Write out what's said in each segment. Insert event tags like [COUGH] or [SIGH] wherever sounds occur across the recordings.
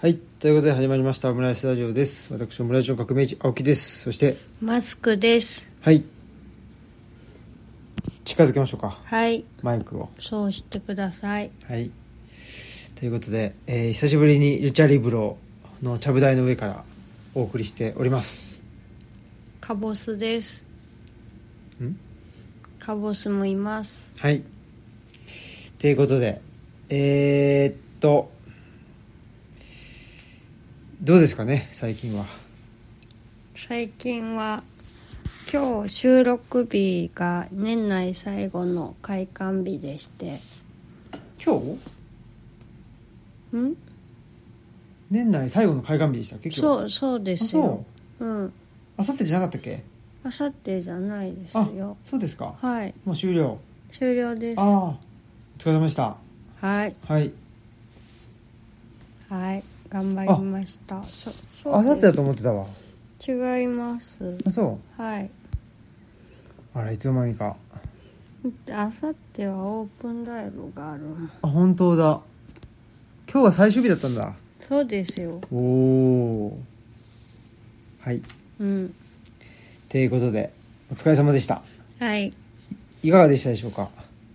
はいということで始まりましたオムライスラジオです私オムライスの革命児青木ですそしてマスクです。はい近づけましょうかはい。マイクをそうしてください。はいということで、えー久しぶりにルチャリブロのちゃぶ台の上からお送りしておりますカボスです。んカボスもいます。はいということでえー、っとどうですかね最近は最近は今日収録日が年内最後の開館日でして。今日ん年内最後の開館日でしたっけ今日そうそうですよ。うん。あそう明後日じゃなかったっけあさってじゃないですあよ。そうですかはい。もう終了終了です。はああお疲れ様でしたい。はいはい。頑張りました。そそうあさってだでと思ってたわす違います。あそはい。うあらいつの間にかあさってはオープンライブがあるもんあ本当だ今日が最終日だったんだそうですよおおはいうんということでお疲れ様でしたはいいかがでしたでしょうか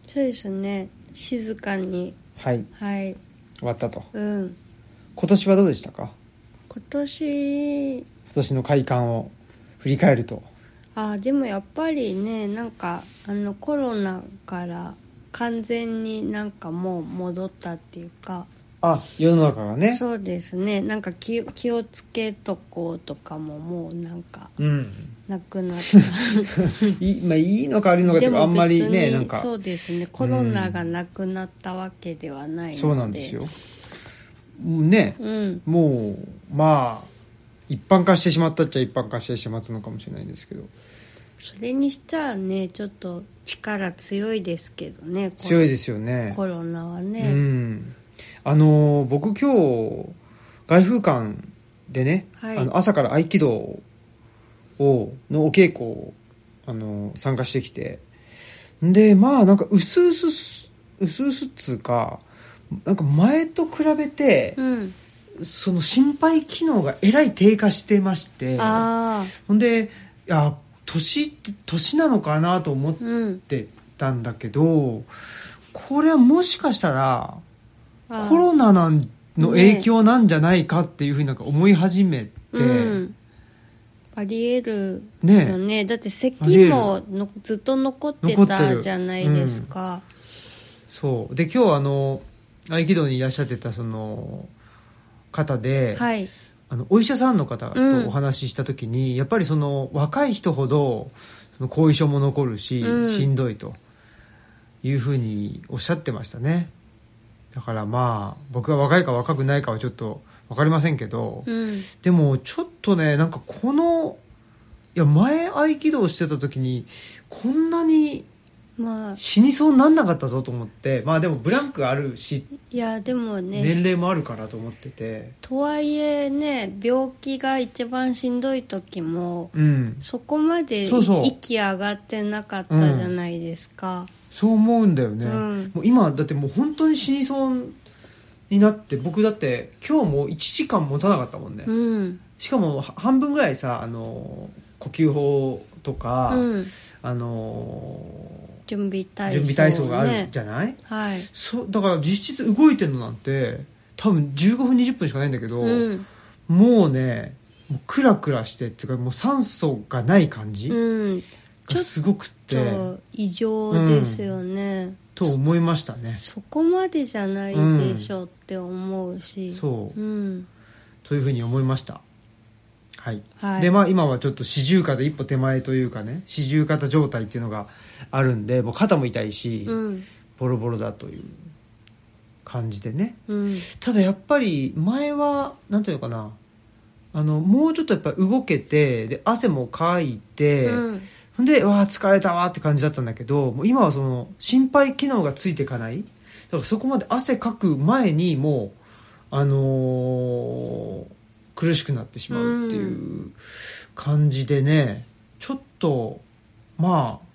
そうですね静かにはいはい終わったとうん今年はどうでしたか今年今年の開館を振り返るとあでもやっぱりねなんかあのコロナから完全になんかもう戻ったっていうかあ世の中がねそうですねなんか気を気をつけとこうとかももうなんかうんなくな [LAUGHS] ったいい,、まあ、いいのか悪いのかっていうかあんまりねなんかそうですねコロナがなくなったわけではないので、そうなんですよねうんもうまあ一般化してしまったっちゃ一般化してしまったのかもしれないんですけどそれにしたらねちょっと力強いですけどねコロ強いですよねコロナはうね、んあの僕今日外風館でね、はいあの朝から合気道をのお稽古をあの参加してきてでまあなんか薄々す薄々っつうかなんか前と比べて、うんその心肺機能がえらい低下してましてああほんでいや年って年なのかなと思っうんてたんだけどこれはもしかしたらあーコロナなんの影響なんじゃないかっていうふうになんか思い始めて、うんありえるねよねだってありえ咳るものずっと残って残ってたるじゃないですか、そうで今日あの合気道にいらっしゃってたその方で、はいあのお医者さんの方うんとお話しした時に、やっぱりその若い人ほどその後遺症も残るし、うんしんどいというふうにおっしゃってましたねだからまあ僕が若いか若くないかはちょっと分かりませんけど、うんでもちょっとねなんかこのいや前合気道してた時にこんなにまあ死にそうになんなかったぞと思ってまあでもブランクがあるしいやでもね年齢もあるからと思っててとはいえね病気が一番しんどい時もうんそこまでいそうそう息上がってなかったじゃないですか、そう思うんだよね、うんもう今だってもう本当に死にそうになって僕だって今日も1時間持たなかったもんね、うんしかもは半分ぐらいさあの呼吸法とか、うん、あの準備体操、ね、準備体操があるじゃない、はい、そうだから実質動いてるのなんて多分15分20分しかないんだけど、うんもうねもうクラクラしてっていうかもう酸素がない感じがうん、ちょっすごくて、と異常ですよね、と思いましたねそこまでじゃないでしょって思うし、そう、うんというふうに思いましたはい、はい、でまあ今はちょっと四十肩一歩手前というかね四十肩状態っていうのがあるんでもう肩も痛いし、うんボロボロだという感じでねうんただやっぱり前はなんていうのかなあのもうちょっとやっぱ動けてで汗もかいて、うんんでうわー疲れたわーって感じだったんだけどもう今はその心肺機能がついていかないだからそこまで汗かく前にもう、あのー苦しくなってしまうっていう感じでね、ちょっとまあ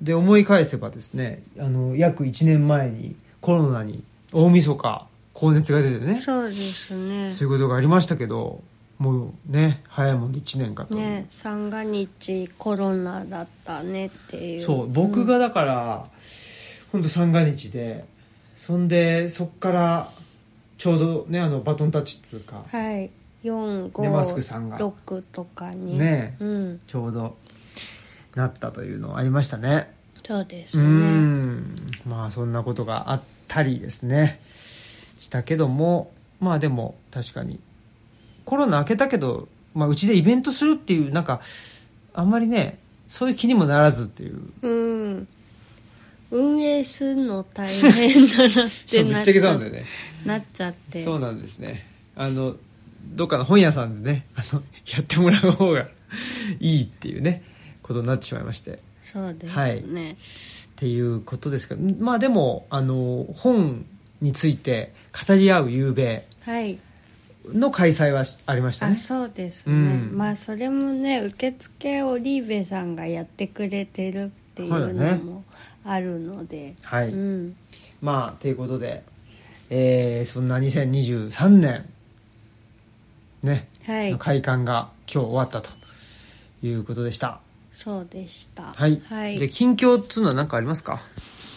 で思い返せばですねあの約1年前にコロナに大晦日高熱が出てねそうですねそういうことがありましたけどもうね早いもんで1年かというね三が日コロナだったねっていうそう僕がだから、ほんと三が日でそんでそっからちょうどねあのバトンタッチっつうか、はい四ねマスクさんが5六とかにねえうんちょうどなったというのはありましたねそうですうねんまあそんなことがあったりですねしたけどもまあでも確かにコロナ明けたけどまあうちでイベントするっていうなんかあんまりねそういう気にもならずっていううん運営するの大変だなってぶなっっちゃちけそゃうなっんだよねなっちゃってそうなんですねあのどっかの本屋さんでねあのやってもらう方がいいっていうねことになってしまいましてっそうですねていうことですけどまあでもあの本について語り合う夕べはいの開催はしありましたあねそうですね、うんまあそれもね受付オリーベさんがやってくれてるっていうそうだのねもあるので、はい、うんまあということで、えーそんな2023年ね、はいの開館が今日終わったということでしたそうでしたはい、はい、で近況っつうのは何かありますか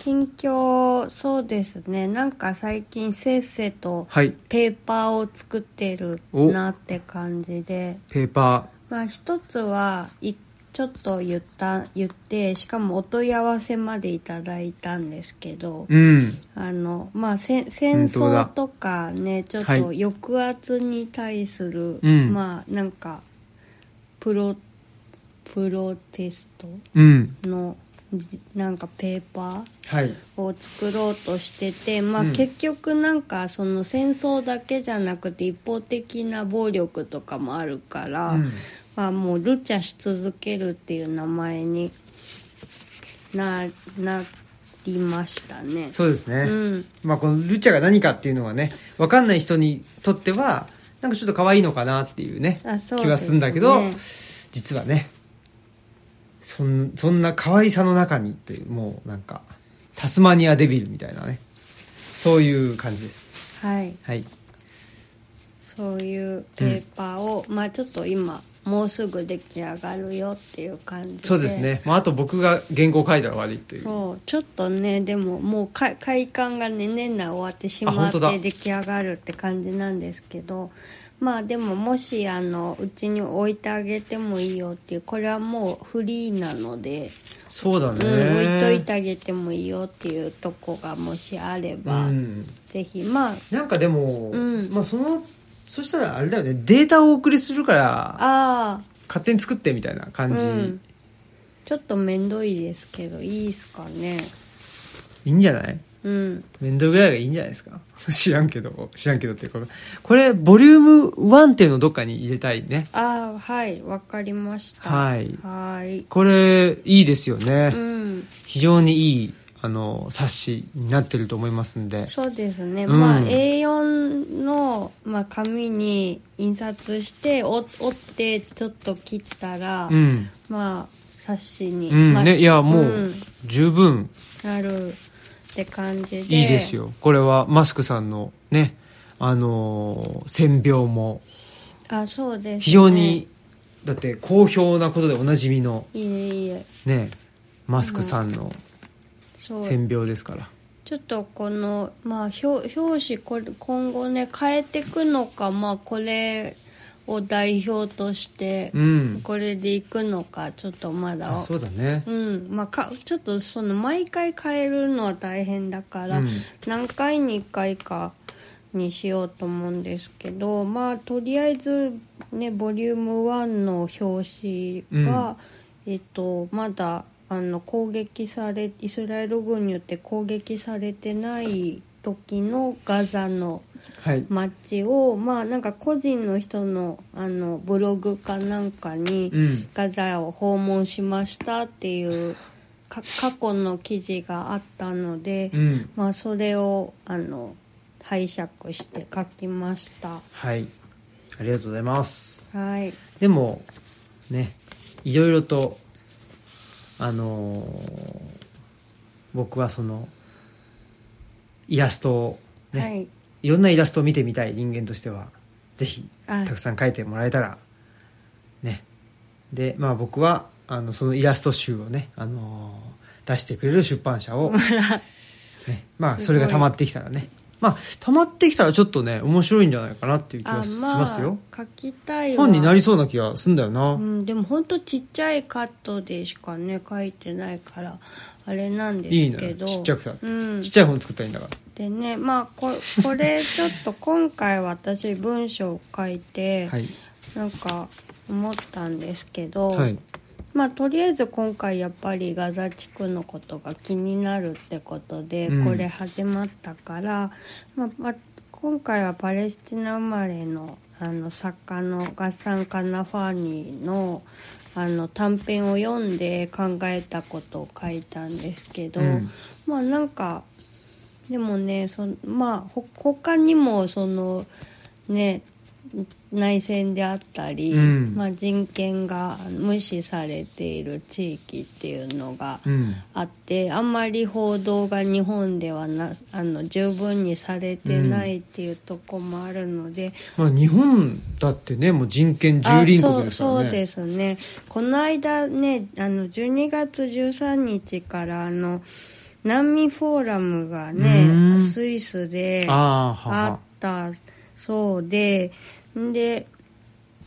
近況そうですねなんか最近せっせとはいペーパーを作ってるおなって感じでペーパーまあ一つはいちょっと言った言ってしかもお問い合わせまでいただいたんですけど、うんあのまあ、せ戦本当だ争とかねちょっはいと抑圧に対する、うんまあなんかプロプロテストうんのじなんかペーパはいーを作ろうとしてて、まあ、うん結局なんかその戦争だけじゃなくて一方的な暴力とかもあるから、うんまあ、もう「ルチャし続ける」っていう名前にななりましたね。そうですね、うんまあ、このルチャが何かっていうのはね分かんない人にとってはなんかちょっと可愛いのかなっていうねあそう気はするんだけど、です実はねそんそんな可愛さの中にっていうもうなんかタスマニアデビルみたいなねそういう感じですはい、はいそういうペーパーを、まあちょっと今もうすぐ出来上がるよっていう感じでそうですね、まあ、あと僕が原稿書いたら悪いっていうそうちょっとねでももうか開館がね年内終わってしあま本っ当だて出来上がるって感じなんですけどまあでももしあのうちに置いてあげてもいいよっていうこれはもうフリーなので、そうだね、うん、置いといてあげてもいいよっていうとこがもしあれば、うんぜひまあなんかでも、うんまあそのそしたらあれだよねデータをお送りするからああ勝手に作ってみたいな感じ、うんちょっとめんどいですけどいいっすかねいいんじゃないうん面倒ぐらいがいいんじゃないですか [LAUGHS] 知らんけど知らんけどっていうかこれボリューム1っていうのをどっかに入れたいねああはいわかりましたはいはーいこれいいですよね、うん非常にいいあの冊子になってると思いますんでそうですね、うんまあ A4 の、まあ、紙に印刷してお折ってちょっと切ったら、うん、まあ冊子に、うんまあねいやもうん十分なるって感じでいいですよこれはマスクさんのねあのー戦病もあそうです、ね、非常に、だって好評なことでおなじみのいえいえねマスクさんのそう戦病ですからちょっとこの、まあ、表表紙これ今後ね変えていくのか、まあ、これを代表としてうんこれでいくのかちょっとまだあそうだねうんまあ、かちょっとその毎回変えるのは大変だから、うん何回に1回かにしようと思うんですけどまあとりあえずねボリューム1の表紙は、えっとまだあの攻撃されイスラエル軍によって攻撃されてない時のガザのはい街をまあなんか個人の人のあのブログかなんかにうんガザを訪問しましたっていうか過去の記事があったので、うんまあそれをあの拝借して書きましたはいありがとうございますはいでもねいろいろとあのー僕はそのイラストをね、はいいろんなイラストを見てみたい人間としてはぜひはいたくさん描いてもらえたらねでまあ僕はあのそのイラスト集をね、あのー出してくれる出版社 [LAUGHS] を、ね、まあすごいそれが溜まってきたらねまあ溜まってきたらちょっとね面白いんじゃないかなっていう気あがしまあますよ、書きたいわ本になりそうな気がすんだよな、うん、でもほんとちっちゃいカットでしかね書いてないからあれなんでいいすのけよどちっちゃくたって、うんちっちゃい本作ったらいいんだからでねまあここれちょっと今回私文章を書いて、はいなんか思ったんですけど、はいまあとりあえず今回やっぱりガザ地区のことが気になるってことで、うんこれ始まったから、まあまあ今回はパレスチナ生まれのあの作家のガッサン・カナファーニのあの短編を読んで考えたことを書いたんですけど、うんまあなんかでもねそのまあほ他にもそのね内戦であったり、うんまあ、人権が無視されている地域っていうのがうんあって、あんまり報道が日本ではなあの十分にされてないっていうとこもあるので、まあ、日本だってねもう人権蹂躙国ですからねあそうそうですねこの間ねあの12月13日からあの難民フォーラムがうねんスイスであーははあったそうでんで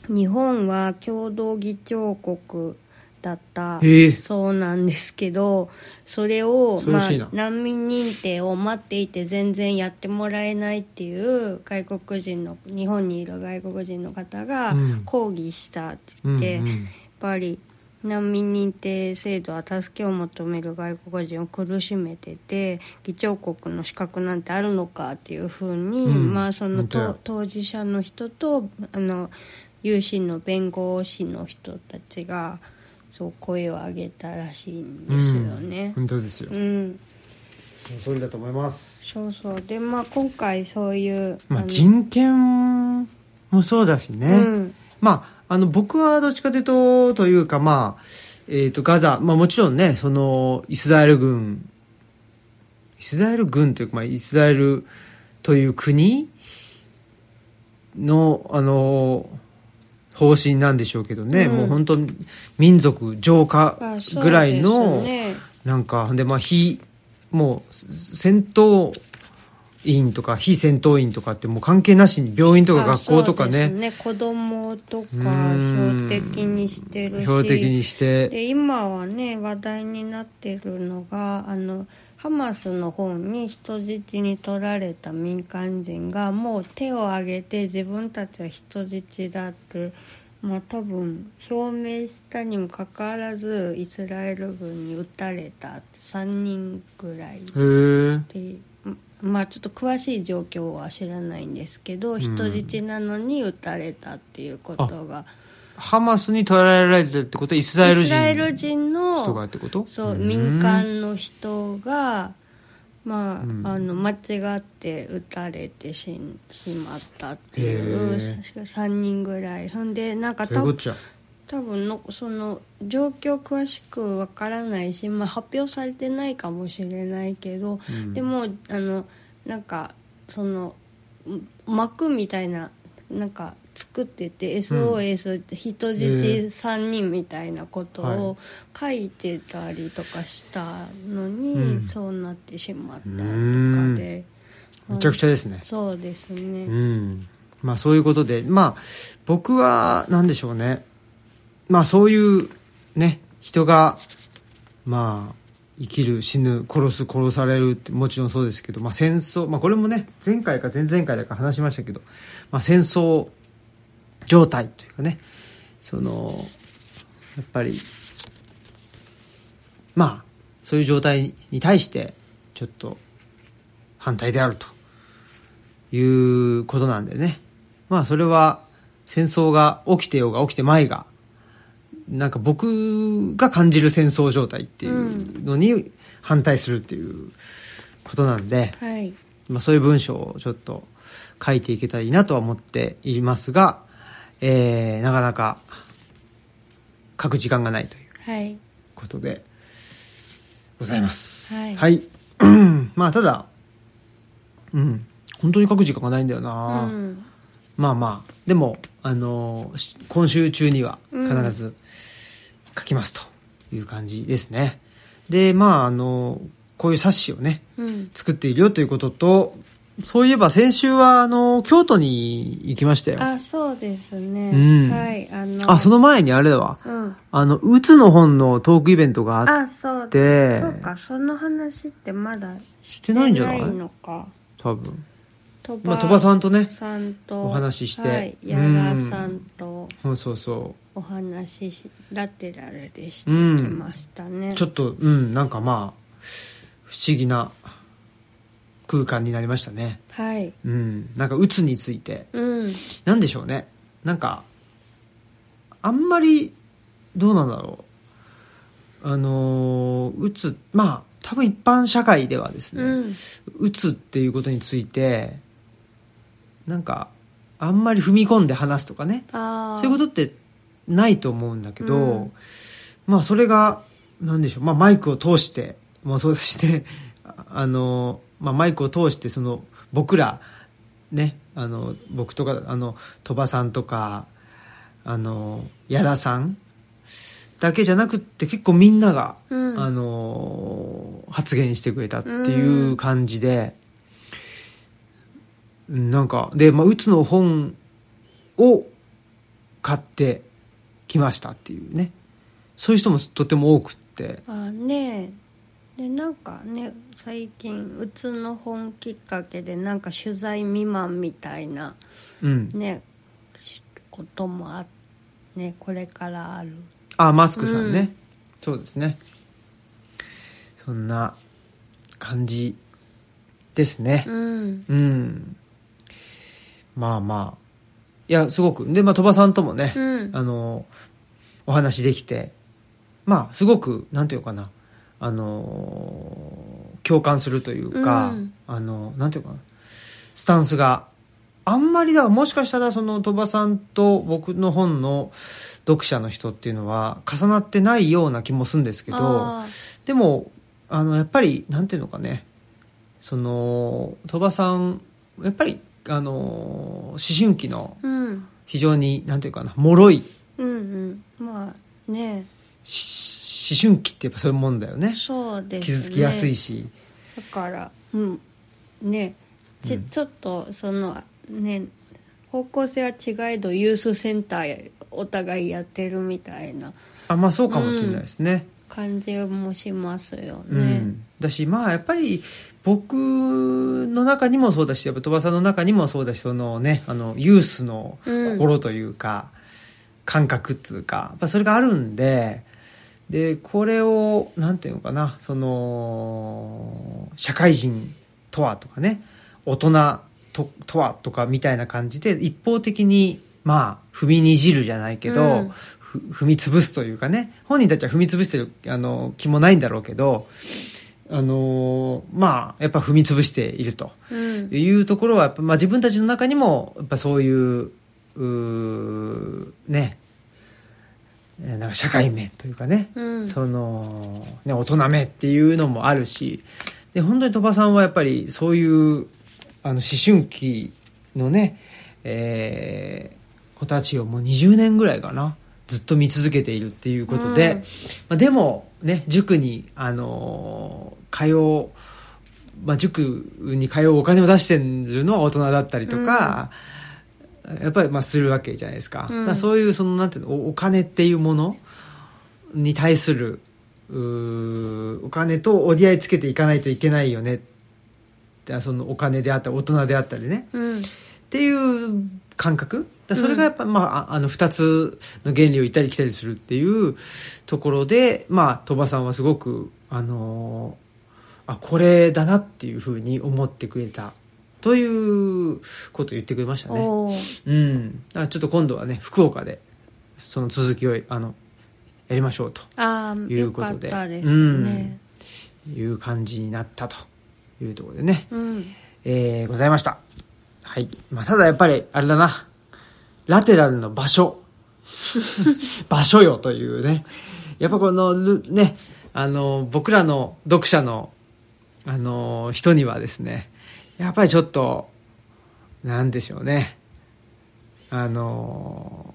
日本は共同議長国だったへえそうなんですけど、それを恐ろしいなまあ、難民認定を待っていて全然やってもらえないっていう外国人の日本にいる外国人の方がうん抗議したってうん言うって、やっんぱり難民認定制度は助けを求める外国人を苦しめてて議長国の資格なんてあるのかっていうふうに、うんまあ、その本当やと当事者の人とあの有志の弁護士の人たちがそう声を上げたらしいんですよね。本当ですよ、うんそれだと思います、そうそうでまあ今回そういう、まあ、の人権もそうだしね、うんまああの僕はどっちかというとというかまあえー、とガザ、まあ、もちろんねそのイスラエル軍イスラエル軍というか、まあ、イスラエルという国のあの方針なんでしょうけどね、うんもう本当民族浄ま化あそうぐらいの、ですねなんか、で、まあ、非、もう、戦闘員とか、非戦闘員とかってもう関係なしに、病院とかあ学校とかそうね、です子供とかうーん標的にしてるし標的にして、で今はね話題になってるのがあのハマスの方に人質に取られた民間人がもう手を挙げて自分たちは人質だって、まあ、多分表明したにもかかわらずイスラエル軍に撃たれたって3人ぐらいへえ、でまあちょっと詳しい状況は知らないんですけど人質なのに撃たれたっていうことが、ハマスに捕らえられてるってことは、イスラエイルスラエル人人の人がってことそううん民間の人が、まあうんあの間違って撃たれて死んしまったっていうへー確か3人ぐらいほんでなんかそういうたことじゃん。多分のその状況詳しくわからないし、まあ、発表されてないかもしれないけど、うんでもあのなんかそのん幕みたいななんか作ってて SOS って人質3人みたいなことはを書いてたりとかしたのに、うんそうなってしまったとうかんで、めちゃくちゃですね。そうですね、うん、まあそういうことでまあ僕は何でしょうねまあそういうね人がまあ生きる死ぬ殺す殺されるってもちろんそうですけど、まあ、戦争、まあ、これもね前回か前々回だか話しましたけど、まあ、戦争状態というかねそのやっぱりまあそういう状態に対してちょっと反対であるということなんでね。まあそれは戦争が起きてようが起きてまいが、なんか僕が感じる戦争状態っていうのに反対するっていうことなんで、はいまあそういう文章をちょっと書いていけたらいいなとは思っていますが、えー、なかなか書く時間がないというはいことでございます。 [CLEARS THROAT] はいまあただ、うん、本当に書く時間がないんだような、んまあまあでも、あのーし今週中には必ず書きますという感じですね、でまああのーこういう冊子をねうん作っているよということとそういえば先週はあのー京都に行きましたよあそうですね、うんはいあのあその前にあれだわうんあの「うつの本」のトークイベントがあっあそうてそうかその話ってまだしてないんじゃないしてのか多分鳥羽、まあ鳥羽さんとねさんとお話ししてはい、うん矢田さんとそうそうそお話ししラテラルでしてきましたね、うちょっとうんなんかまあ不思議な空間になりましたねはいうんなんかうつについてうんなんでしょうねなんかあんまりどうなんだろうあのうつまあ多分一般社会ではですね、うん打つっていうことについてなんかあんまり踏み込んで話すとかねああそういうことってないと思うんだけど、うんまあそれがなんでしょう、まあ、マイクを通してもそうだしねあ [LAUGHS] あの、まあ、マイクを通してその僕らねあの僕とかあの鳥羽さんとかあの屋良さんだけじゃなくって結構みんながうんあのー発言してくれたっていう感じで、うんなんかで、まあ、うつの本を買ってきましたっていうねそういう人もとても多くってあーねえでなんかね最近うつの本きっかけでなんか取材未満みたいなうんねしこともあねこれからあるあマスクさんね、うんそうですねそんな感じですねうんうんまあまあいやすごくで、まあ、鳥羽さんともね、うんあのお話できてまあすごくなんていうかなあの共感するというか、うんあのなんていうかなスタンスがあんまりだからもしかしたらその鳥羽さんと僕の本の読者の人っていうのは重なってないような気もするんですけど。あでもあのやっぱりなんていうのかねその鳥羽さんやっぱりあの思春期のーうん非常になんていうかな脆いうんうんまあねし思春期ってやっぱそういうもんだよねそうですね傷つきやすいし、だからうんねち,、うんちょっとそのね方向性は違えどユースセンターお互いやってるみたいなあまあそうかもしれないですね、感じもしますようんね。だしまあやっぱり僕の中にもそうだしやっぱ鳥羽さんの中にもそうだしそのねあのユースのうん心というか、感覚っつうかやっぱそれがあるんででこれをなんていうのかなその社会人とはとかね大人ととはとかみたいな感じで一方的にまあ踏みにじるじゃないけど、うんふ踏み潰すというかね本人たちは踏み潰してるあの気もないんだろうけどあのまあやっぱ踏み潰していると。うんいうところはやっぱ、まあ、自分たちの中にもやっぱそういううーねえーなんか社会面というかね,、うんそのね大人目っていうのもあるしで本当に鳥羽さんはやっぱりそういうあの思春期のね、えー子たちをもう20年ぐらいかなずっと見続けているっていうことで、うんまあ、でもね塾に、あのー通うまあ、塾に通うお金を出してるのは大人だったりとか、やっぱりまあするわけじゃないですか,、うんそういうそのなんていうのおお金っていうものに対するうーお金と折り合いつけていかないといけないよねだからそのお金であったり大人であったりねうんっていう感覚だからそれがやっぱ、まあ、ああの2つの原理を行ったり来たりするっていうところで、まあ、鳥羽さんはすごく、あのーあこれだなっていうふうに思ってくれたということを言ってくれましたね。おーうん、だからちょっと今度はね福岡でその続きをあのやりましょうとあーいうよこかとっでたですね。いう感じになったというところでね。うんえーございました。はい。まあ、ただやっぱり、あれだな。ラテラルの場所。 [LAUGHS] 場所よというね。やっぱこの、ルね、あの、僕らの読者の、あの、人にはですね、やっぱりちょっと、なんでしょうねあの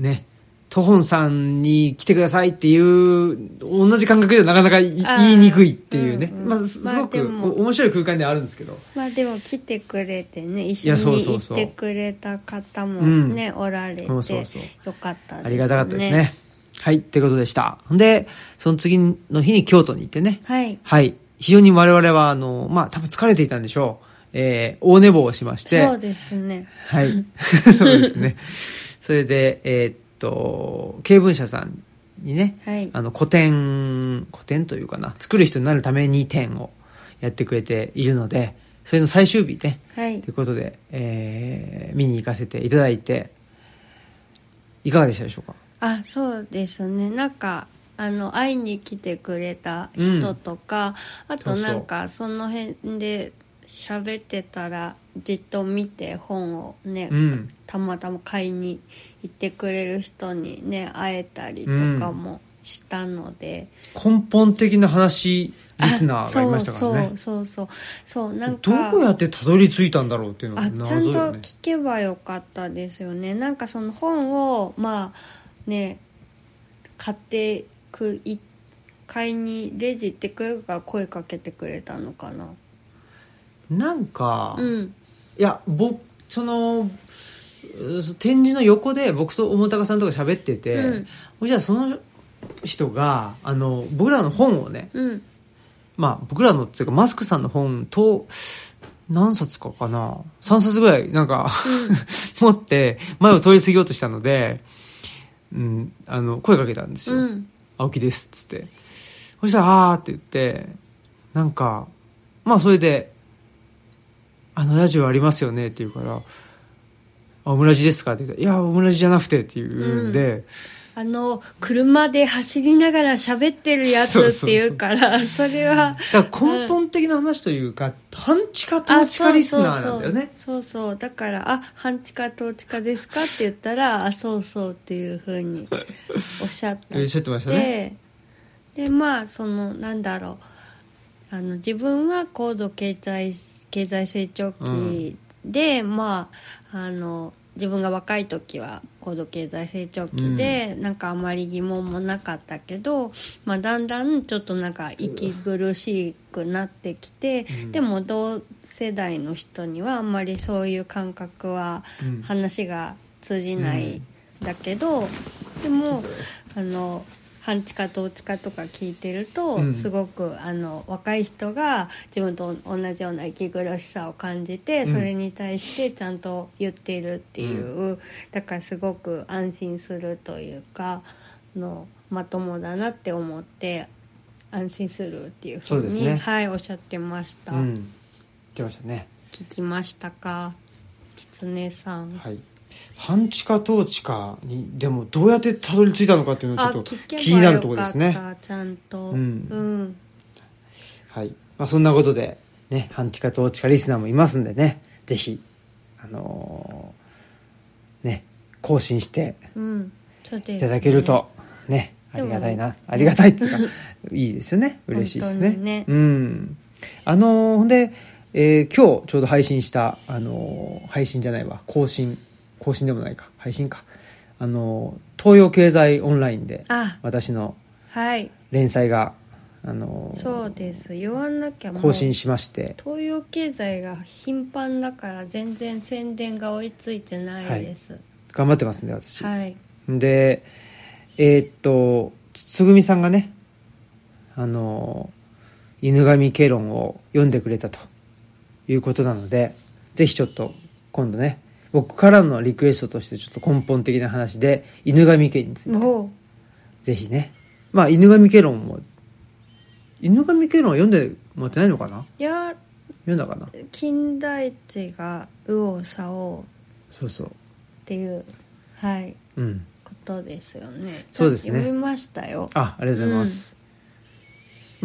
ーねトホンさんに来てくださいっていう同じ感覚ではなかなかいあー言いにくいっていうね、うんうんまあ、すすまあごくでもお面白い空間ではあるんですけど、まあでも来てくれてねい一緒やそうにそう行そっうてくれた方もうんね、おられてよそかうっそたうでそうすねありがたかったですねはいってことでしたでその次の日に京都に行ってねはいはい非常に我々はあのまあ多分疲れていたんでしょう、えー大寝坊をしましてそうですね [LAUGHS] はい。そうですね。それで、えーっと、経文社さんにね、はいあの、古典、古典というかな、作る人になるために展をやってくれているので、それの最終日ね、はいということで、えー見に行かせていただいて、いかがでしたでしょうかあそうですねなんかあの会いに来てくれた人とか、あそうとそうなんかその辺で喋ってたらじっと見て本をね、うん。たまたま買いに行ってくれる人にね会えたりとかもしたので、根本的な話、リスナーがいましたからねあ。そうそうそうそうそうなんどかうやってたどり着いたんだろうっていうのがあちゃ謎んだよとね。聞けばよかったですよねなんかその本をまあね買ってくい買いにレジ行ってくれるから声かけてくれたのかななんか、うんいや僕そのう展示の横で僕と桃高さんとか喋ってて、じゃあその人があの僕らの本をね、うんまあ、僕らのっていうかマスクさんの本と何冊かかな3冊ぐらいなんか [LAUGHS] 持って前を通り過ぎようとしたので、うん、あの声かけたんですうよ。ん青木です」っつってそしたら「あー」って言ってなんかまあそれで「あのラジオありますよね」って言うから「あオムラジですか?」って言ったら「いやオムラジじゃなくて」って言うんで、あの車で走りながら喋ってるやつっていうからそれはだから根本的な話というか、半地下あ統治下リスナーなんだよねそうそうそうそうだから「あ半地下統治下ですか?」って言ったら「あそうそう」っていうふうにおっしゃったおっしゃってましたねででまあそのなんだろうあの自分は高度経済経済成長期で、まああの自分が若い時は高度経済成長期で、なんかあまり疑問もなかったけど、まあ、だんだんちょっとなんか息苦しくなってきて、うんでも同世代の人にはあんまりそういう感覚はうん話が通じなういんだけど、でもあの半地下統治下とか聞いてると、うんすごくあの若い人が自分と同じような息苦しさを感じて、んそれに対してちゃんと言っているっていう、だからすごく安心するというかあのまともだなって思って安心するっていうふそううですにねはい、おっしゃってました。うん言ってましたね聞きましたか狐さん、はい半地下統治下にでもどうやってたどり着いたのかっていうのはあちょっと聞けば気になるところですねよかったちゃんとうんうんはいまあ、そんなことで、ね、半地下統治下リスナーもいますんでねぜひ、あのーね、更新してうんそうですね、いただけるとねあでもりがたいなありがたいっていうかいいですよね嬉しいですね本当にねうんあのーほんで、えー今日ちょうど配信した、あのー配信じゃないわ更新更新でもないか配信か、あのー東洋経済オンラインであ私のはい連載が、あのーそうです言わなきゃもう更新しまして東洋経済が頻繁だから全然宣伝が追いついてないです頑張ってますんで私、はい、でえーっとつつぐみさんがねあの「犬神ケロン」を読んでくれたということなのでぜひちょっと今度ね僕からのリクエストとしてちょっと根本的な話で犬神家についてもぜひねまあ犬神ケロンも犬神ケロンは読んでもらってないのかなういや読んだかな金田一が右往左往っそうそうていうはいうんことですよねそうですね読みましたよあありがとうございます、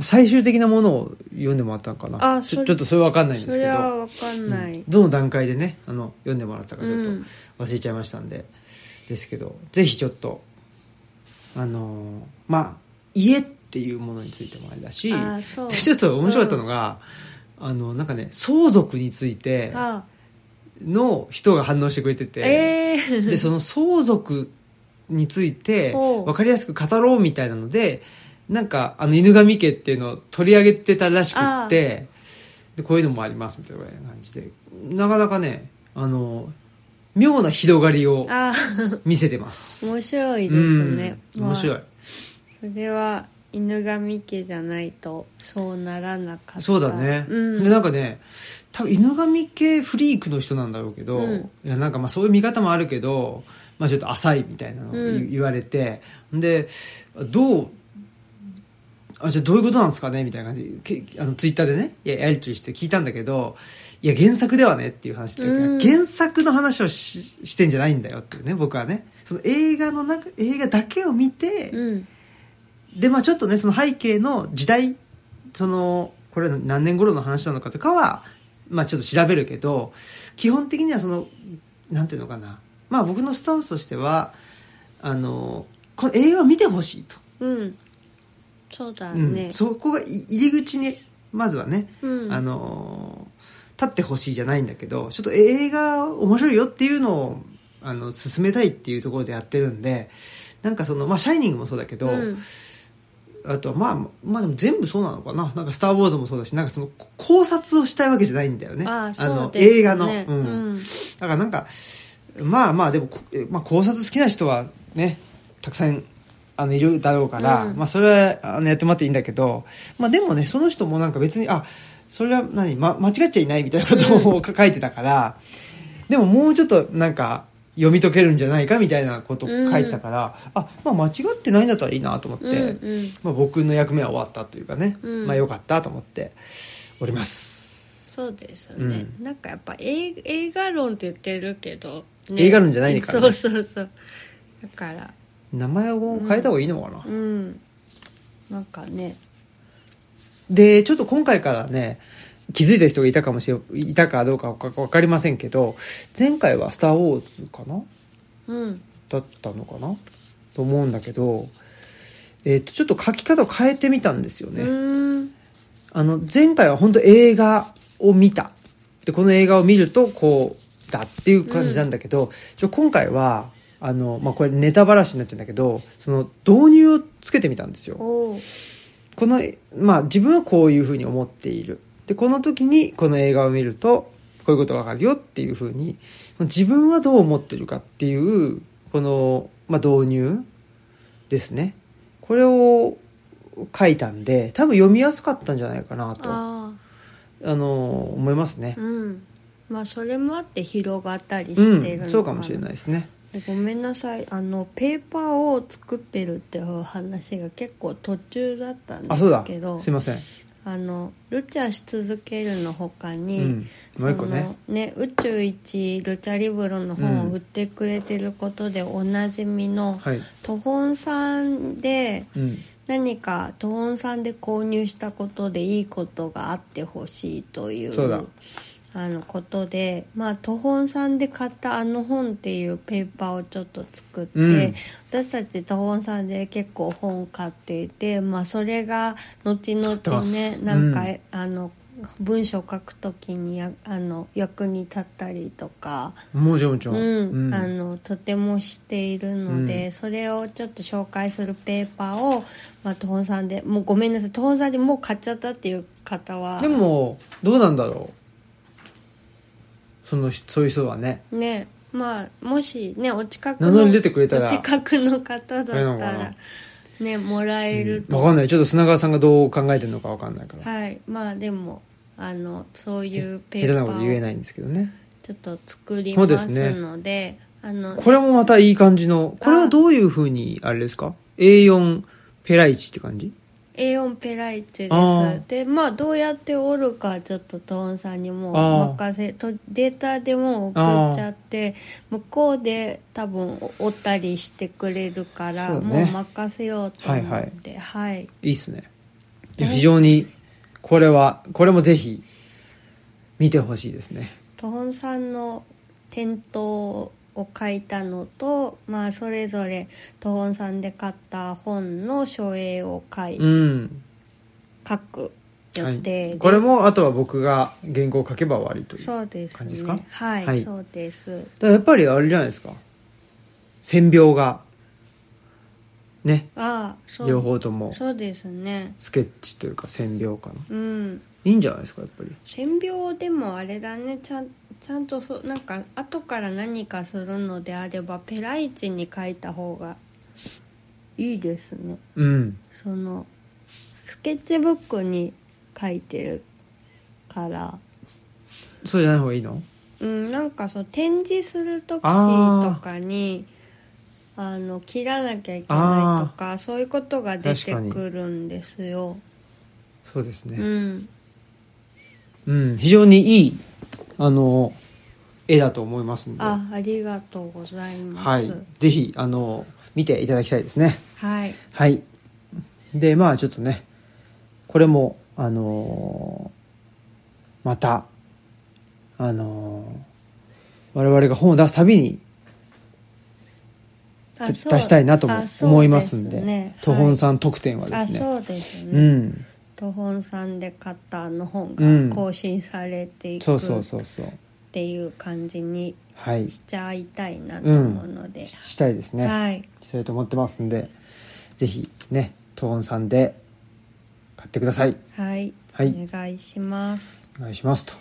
最終的なものを読んでもらったのかなあちそょれちょっとそれは分かんないんでそすけれどは分かんない、うんどの段階でねあの読んでもらったかちょっうんと忘れちゃいましたんで、ですけどぜひちょっとあのーまあ家っていうものについてもあれだしあーそうでちょっと面白かったのが、あのなんかね相続についてあの人が反応してくれてて、えー、でその相続についてほう分かりやすく語ろうみたいなのでなんかあの犬神家っていうのを取り上げてたらしくああってでこういうのもありますみたいな感じでなかなかねあの妙な広がりをあ見せてます。面白いですね、うん面白いまあ、それは犬神家じゃないとそうならなかったそうだね、うん、でなんかね多分犬神系フリークの人なんだろうけど、うんいやなんかまあそういう見方もあるけど、まあ、ちょっと浅いみたいなのを言,、うんわれてでどうあじゃあどういうことなんですかねみたいな感じでけあのツイッターでねいややり取りして聞いたんだけどいや原作ではねっていう話で、うん原作の話をししてんじゃないんだよっていうね僕はねその映画の中映画だけを見て、うんでまあちょっとねその背景の時代そのこれ何年頃の話なのかとかはまあちょっと調べるけど基本的にはそのなんていうのかなまあ僕のスタンスとしてはあのこの映画を見てほしいと、うんそうだうねん、そこがい入り口にまずはね、うんあの立ってほしいじゃないんだけどちょっと映画面白いよっていうのをあの進めたいっていうところでやってるんでなんかその、まあ、シャイニングもそうだけど、うんあとはまあまあでも全部そうなのかな「なんかスター・ウォーズ」もそうだしなんかそのこ考察をしたいわけじゃないんだよねああそうのですね映画の、うんうんだからなんかまあまあでも、こえまあ、考察好きな人はねたくさんあのいるだろうから、うんまあ、それはあのやってもらっていいんだけど、まあ、でもねその人もなんか別にあそれは何、ま、間違っちゃいないみたいなことを書いてたからでももうちょっとなんか読み解けるんじゃないかみたいなことを書いてたから、あまあ間違ってないんだったらいいなと思って。うんまあ、僕の役目は終わったというかね、うんまあよかったと思っております、そうですね、なんかやっぱ映映画論って言ってるけど、ね映画論じゃないからねそうそうそうだから名前を変えた方がいいのかな、うんなんかねでちょっと今回からね気づいた人がいたかもしれいたかどうか分かりませんけど前回は「スター・ウォーズ」かなうんだったのかなと思うんだけど、えっとちょっと書き方を変えてみたんですようね、ーんあの前回は本当映画を見たでこの映画を見るとこうだっていう感じなんだけど、ちょ今回はあの、まあ、これネタばらしになっちゃうんだけどその導入をつけてみたんですよ。おうこの、まあ、自分はこういうふうに思っているでこの時にこの映画を見るとこういうことがわかるよっていうふうに自分はどう思ってるかっていうこの、まあ、導入ですねこれを書いたんで多分読みやすかったんじゃないかなとああの思いますねあ、うんまあそれもあって広がったりしてうるのかな、んそうかもしれないですねごめんなさいあのペーパーを作ってるっていう話が結構途中だったんであそうだすけどすいません、あのルチャーし続けるのほかうに、ん、もう一個ねそのね宇宙一ルチャリブロの本を売ってくれてることでおなじみの、はい、トホンさんでうん、何かトホンさんで購入したことでいいことがあってほしいというそうだあのことでまあトホンさんで買ったあの本っていうペーパーをちょっと作って、うん私たちトホンさんで結構本買っていて、まあ、それが後てま々ねすなんか、うんあの文章を書くときにやあの役に立ったりとか。もちろんもちろん、うんうんあのとてもしているので、うんそれをちょっと紹介するペーパーを、まあ、トホンさんでもうごめんなさいトホンさんでもう買っちゃったっていう方はでもどうなんだろうそのそういう人はねねまあもしねお近く名乗り出てくれたらお近くの方だっあれなたのからなねもらえるわと、かんないちょっと砂川さんがどう考えてるのかわかんないから、はいまあでもあのそういうペ下手ーなパこと言えーをないんですけどねちょっと作りまそうですすねのであのこれもまたいい感じのこれはどういうふうにあれですか A4 ペライチって感じ A4 ペライチであーすでまあどうやって折るかちょっとトーンさんにもうあー任せとデータでもう送っちゃって向こうで多分折ったりしてくれるからそうだもねう任せようと思ってはい、いいっすねいやえ非常にこれはこれもぜひ見てほしいですねトホンさんの店頭を書いたのと、まあ、それぞれトホンさんで買った本の書影を書い、うん書く予定です、これもあとは僕が原稿を書けば終わりというそうです感ねじですかはい、はいそうですだからやっぱりあれじゃないですか線描がねああそう両方ともそうですねスケッチというか線描かなうんいいんじゃないですかやっぱり線描でもあれだねちゃんちゃんとそうなんか後から何かするのであればペライチに書いた方がいいですねうんそのスケッチブックに書いてるからそうじゃない方がいいのうんなんかそう展示する時とあーかにあの切らなきゃいけないとかそういうことが出て確かくるんですよ、そうですうねん、うん、非常にいいあの絵だと思いますんであありがとうございますはいぜひあの見ていただきたいですねはいはいでまあちょっとねこれもあのーまたあのー我々が本を出すたびにあ出そうしたいなともあそう思いますんでですね東本さん特典ははいであすね、そうですうねん東本さんで買ったあの本うんが更新されていくそうそっうそうそうていう感じにはいしちゃいたいなと思うので、したいですね、はいしたいと思ってますんでぜひね東本さんで買ってくださいはい、はいお願いしますお願いしますと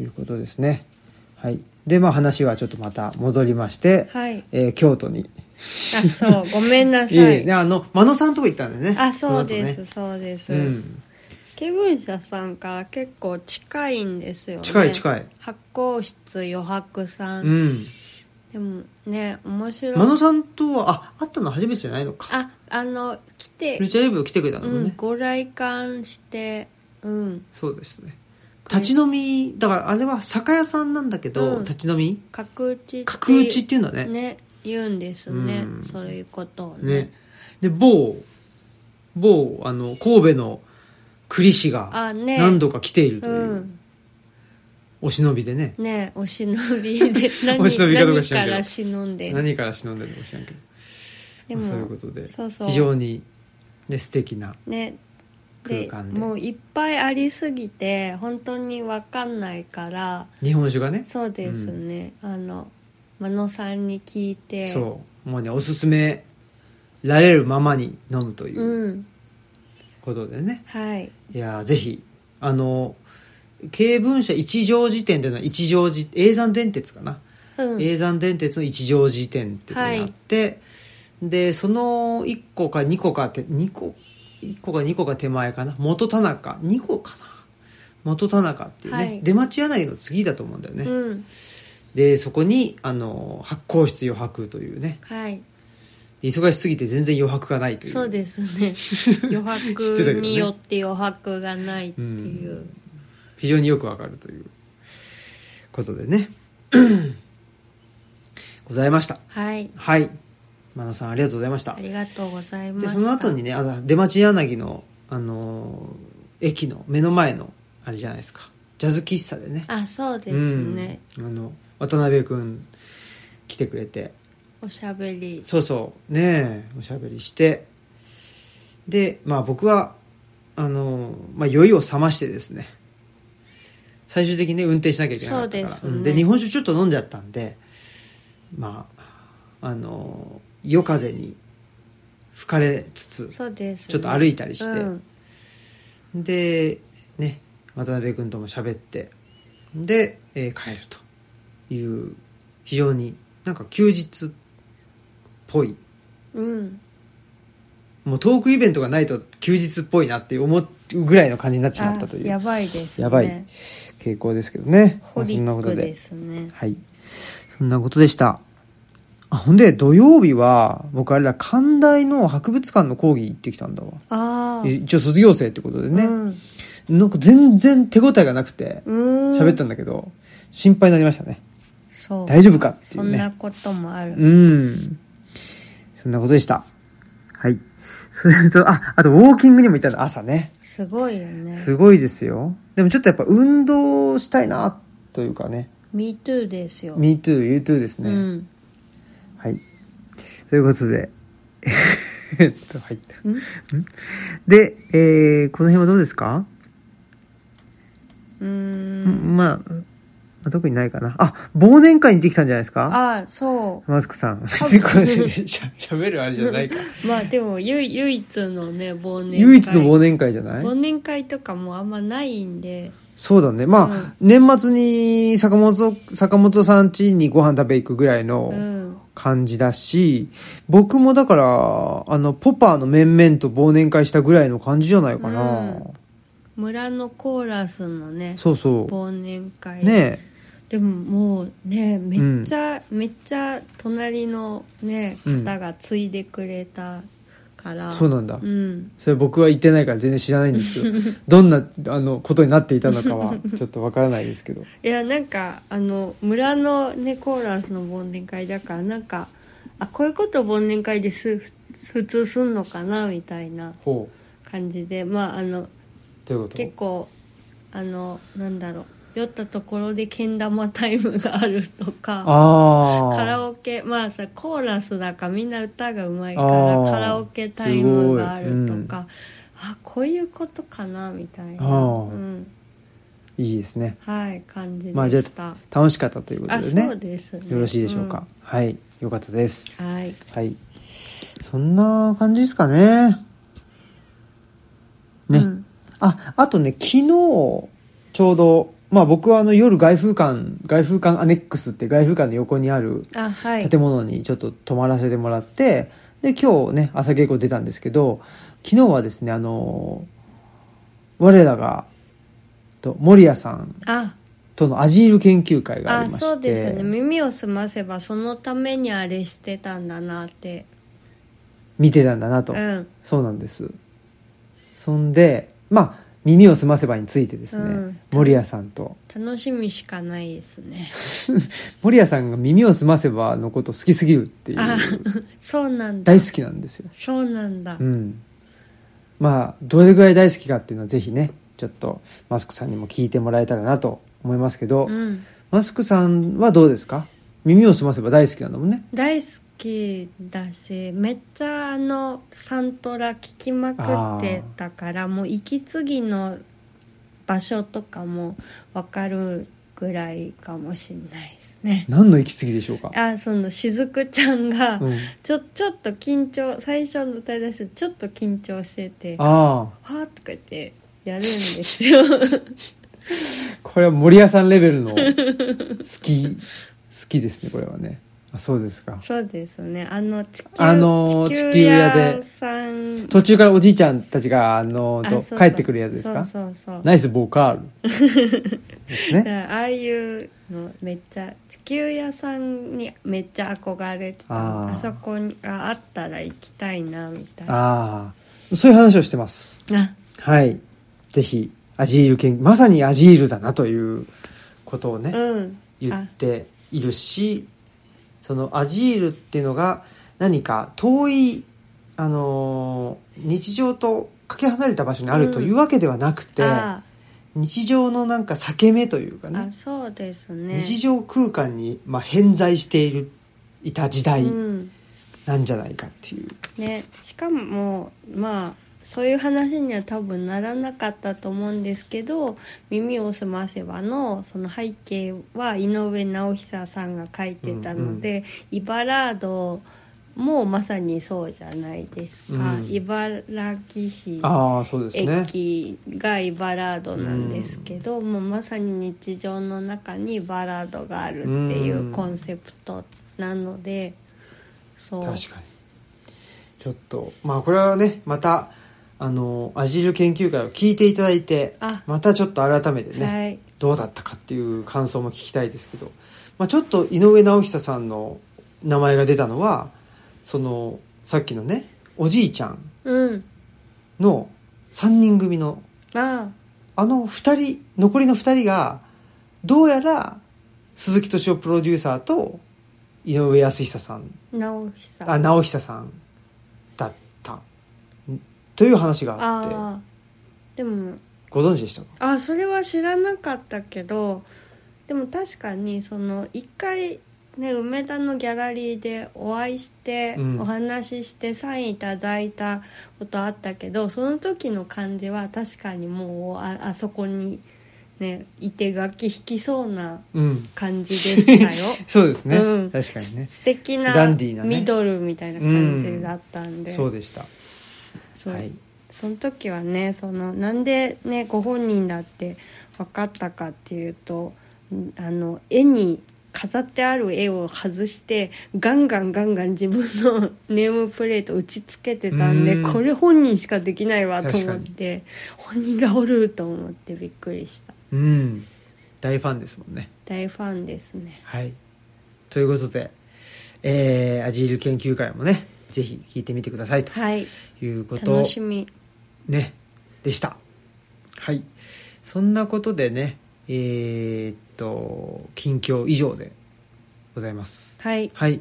いうことですねはいでまあ話はちょっとまた戻りまして、はいえー京都にあそうごめんなさいいえいえねあの真野さんのとこ行ったんだよねあそうです、の後ねそうです、うんケブン社さんから結構近いんですよね近い近い発行室余白さん、うんでもね面白い真野さんとはあ会ったの初めてじゃないのかああの来てルチャーイブ来てくれたのうねん、、ご来館してうんそうですね立ち飲みだからあれは酒屋さんなんだけど、うん立ち飲み角打ちって角打ちっていうんだねね言うんですね、うんそういうことをねねで某某あの神戸の栗氏があね何度か来ているという、うんお忍びでねねお忍び [LAUGHS] で何お忍びかどうか知らんけど何から忍んで何から忍んでるのか知らんけどでまあそういうことでそうそう非常に、ね、素敵なねで空間でもういっぱいありすぎて本当に分かんないから日本酒がねそうですね、あの真野さんに聞いてそうもうねおすすめられるままに飲むといううんことでね、はいいやーぜひあの経文社一乗寺店というのは一乗寺永山電鉄かな、うん永山電鉄の一乗寺店っていうのがあって、でその1個か2個かって2個1個か2個か手前かな元田中2個かな元田中っていうね、はい出町柳の次だと思うんだよね、うんでそこにあの発酵室余白というねはいで忙しすぎて全然余白がないというそうです [LAUGHS] ね余知ってたけ白どねによって余白がないっていう非常によくわかるということでね [CLEARS THROAT] ございましたはいはい真野さんありがとうございましたありがとうございまでしたその後にねあの出町柳の、あのー駅の目の前のあれじゃないですかジャズ喫茶でねあそうですね、うんあの渡辺君来てくれておしゃべりそうそうねえおしゃべりしてでまあ僕はあの、まあ、酔いを覚ましてですね最終的にね運転しなきゃいけなかったからそうですねんで日本酒ちょっと飲んじゃったんでまああの夜風に吹かれつつそうです、ね、ちょっと歩いたりしてうんでね渡辺君とも喋ってで、えー帰るという非常になんか休日っぽいうんもうトークイベントがないと休日っぽいなって思うぐらいの感じになっちまあったというやばいですねやばい傾向ですけどねホまあリそんなこッとクでですねはいそんなことでしたあほんで土曜日は僕あれだ寛大の博物館の講義行ってきたんだわああ一応卒業生ってことでね、うんなんか全然手応えがなくてうん喋ったんだけど心配になりましたねそう大丈夫かっていそうんなねこともある、うんそんなことでしたはいそれとああとウォーキングにも行ったんだ朝ねすごいよねすごいですよ。でもちょっとやっぱ運動したいなというかね。 MeToo ですよ、 me too, you too ですうね。んはい。ということで。 [LAUGHS] えっと、はい。んで、えー、この辺はどうですかうーんんまあまあ特にないかなあ忘年会にできたんじゃないですかあそマスクさん別にこれしゃ [LAUGHS] しゃべるあれじゃないかう [LAUGHS] まあでもゆい唯一のね忘年会唯一の忘年会じゃない忘年会とかもあんまないんでそうだねまあ、年末に坂本坂本さん家にご飯食べ行くぐらいうのん感じだし、僕もだからあのポパーの面々と忘年会したぐらいの感じじゃないかな、うん村のコーラスのねそうそ忘年会うねでももうねめっちゃ、めっちゃ隣のねうん方が継いでくれたから、えそうなんだ、うんそれ僕は行ってないから全然知らないんですけ [LAUGHS] どどんなあのことになっていたのかはちょっとわからないですけどいやなんかあの村のねコーラスの忘年会だからなんかあこういうこと忘年会ですふ普通すんのかなみたいなほ感じでまああのうということ結構あのなんだろう酔ったところでけん玉タイムがあるとかああカラオケまあさコーラスだからみんな歌がうまいかあらーカラオケタイムがあるとすごいうんか、あこういうことかなみたいな、あーうん、いいですねはい感じでした、まあじゃあ楽しかったということあでねそうですねよろしいでしょうか、、はいよかったですうんはいはいそんな感じですかねね、うんああとね昨日ちょうどまあ僕はあの夜外風館外風館アネックスって外風館の横にあるあはい建物にちょっと泊まらせてもらってで今日ね朝稽古出たんですけど昨日はですねあの我らがと森谷さんあとのアジール研究会があありましてそうですね耳を澄ませばそのためにあれしてたんだなって見てたんだなと、うんそうなんですそんでまあ「耳をすませば」についてですね、うん森谷さんと楽しみしかないですね [LAUGHS] 森谷さんが「耳をすませば」のこと好きすぎるっていあうそうなんだ大好きなんですよ [LAUGHS] そうなんだ、うん、まあどれぐらい大好きかっていうのはぜひねちょっとマスクさんにも聞いてもらえたらなと思いますけど、うんマスクさんはどうですか耳を澄ませば大好きなんだもんね大好きだしめっちゃあのサントラ聴きまくってたからもう息継ぎの場所とかも分かるぐらいかもしれないですね何の息継ぎでしょうか、あそのしずくちゃんが、うん、ちょちょっと緊張最初の歌い出しちょっと緊張してて「はああ」とか言ってやるんですよあ [LAUGHS] これは森谷さんレベルの好き [LAUGHS] 好きですねこれはねあそうですかそうですねあの地球あの地地球球屋で屋さん途中からおじいちゃんたちがあのあどそうそう帰ってくるやつですかそうそうそうナイスボーカールです [LAUGHS] だねからああいうのめっちゃ地球屋さんにめっちゃ憧れてたああーそこがあったら行きたいなみたいなああそういう話をしてますあはい。ぜひ、アジール研まさにアジールだなということをね、うん言っているし、そのアジールっていうのが何か遠い、あのー日常とかけ離れた場所にあるというわけではなくて、あ日常のなんか裂け目というかあね、そうですね日常空間に、まあ、偏在している、いた時代うんなんじゃないかっていう。ね、しかもまあそういう話には多分ならなかったと思うんですけど「耳をすませばの」その背景は井上直久さんが書いてたので、イバラードもまさにそうじゃないですか、うん茨城市ああ、そうですね。駅がイバラードなんですけど、もうまさに日常の中にバラードがあるっていうコンセプトなので、そう確かにちょっとまあこれはねまたあのアジール研究会を聞いていただいてあまたちょっと改めてね、はいどうだったかっていう感想も聞きたいですけど、まあ、ちょっと井上直久さんの名前が出たのはそのさっきのねおじいちゃんうんの3人組のああの2人残りの2人がどうやら鈴木敏夫プロデューサーと井上康久さんあ直久あ直久さんだったんという話があってあーでもご存知でしたかあそれは知らなかったけどでも確かにその一回ね梅田のギャラリーでお会いして、うんお話ししてサインいただいたことあったけどその時の感じは確かにもうああそこにねいて楽器弾きそうなうん感じでしたよそうです [LAUGHS] ね、うん、確かにねす素敵なダンディーなねミドルみたいな感じだったんで、そうでしたそうはいその時はねそのなんでねご本人だって分かったかっていうとんあの絵に飾ってある絵を外してガンガンガンガン自分の [LAUGHS] ネームプレート打ちつけてたんでうんこれ本人しかできないわと確か思っにて本人がおると思ってびっくりしたうん大ファンですもんね大ファンですねはいということでえーアジール研究会もねぜひ聞いてみてくださいとはいいうこと楽しみねでしたはいそんなことでねえーっと近況以上でございますはいはい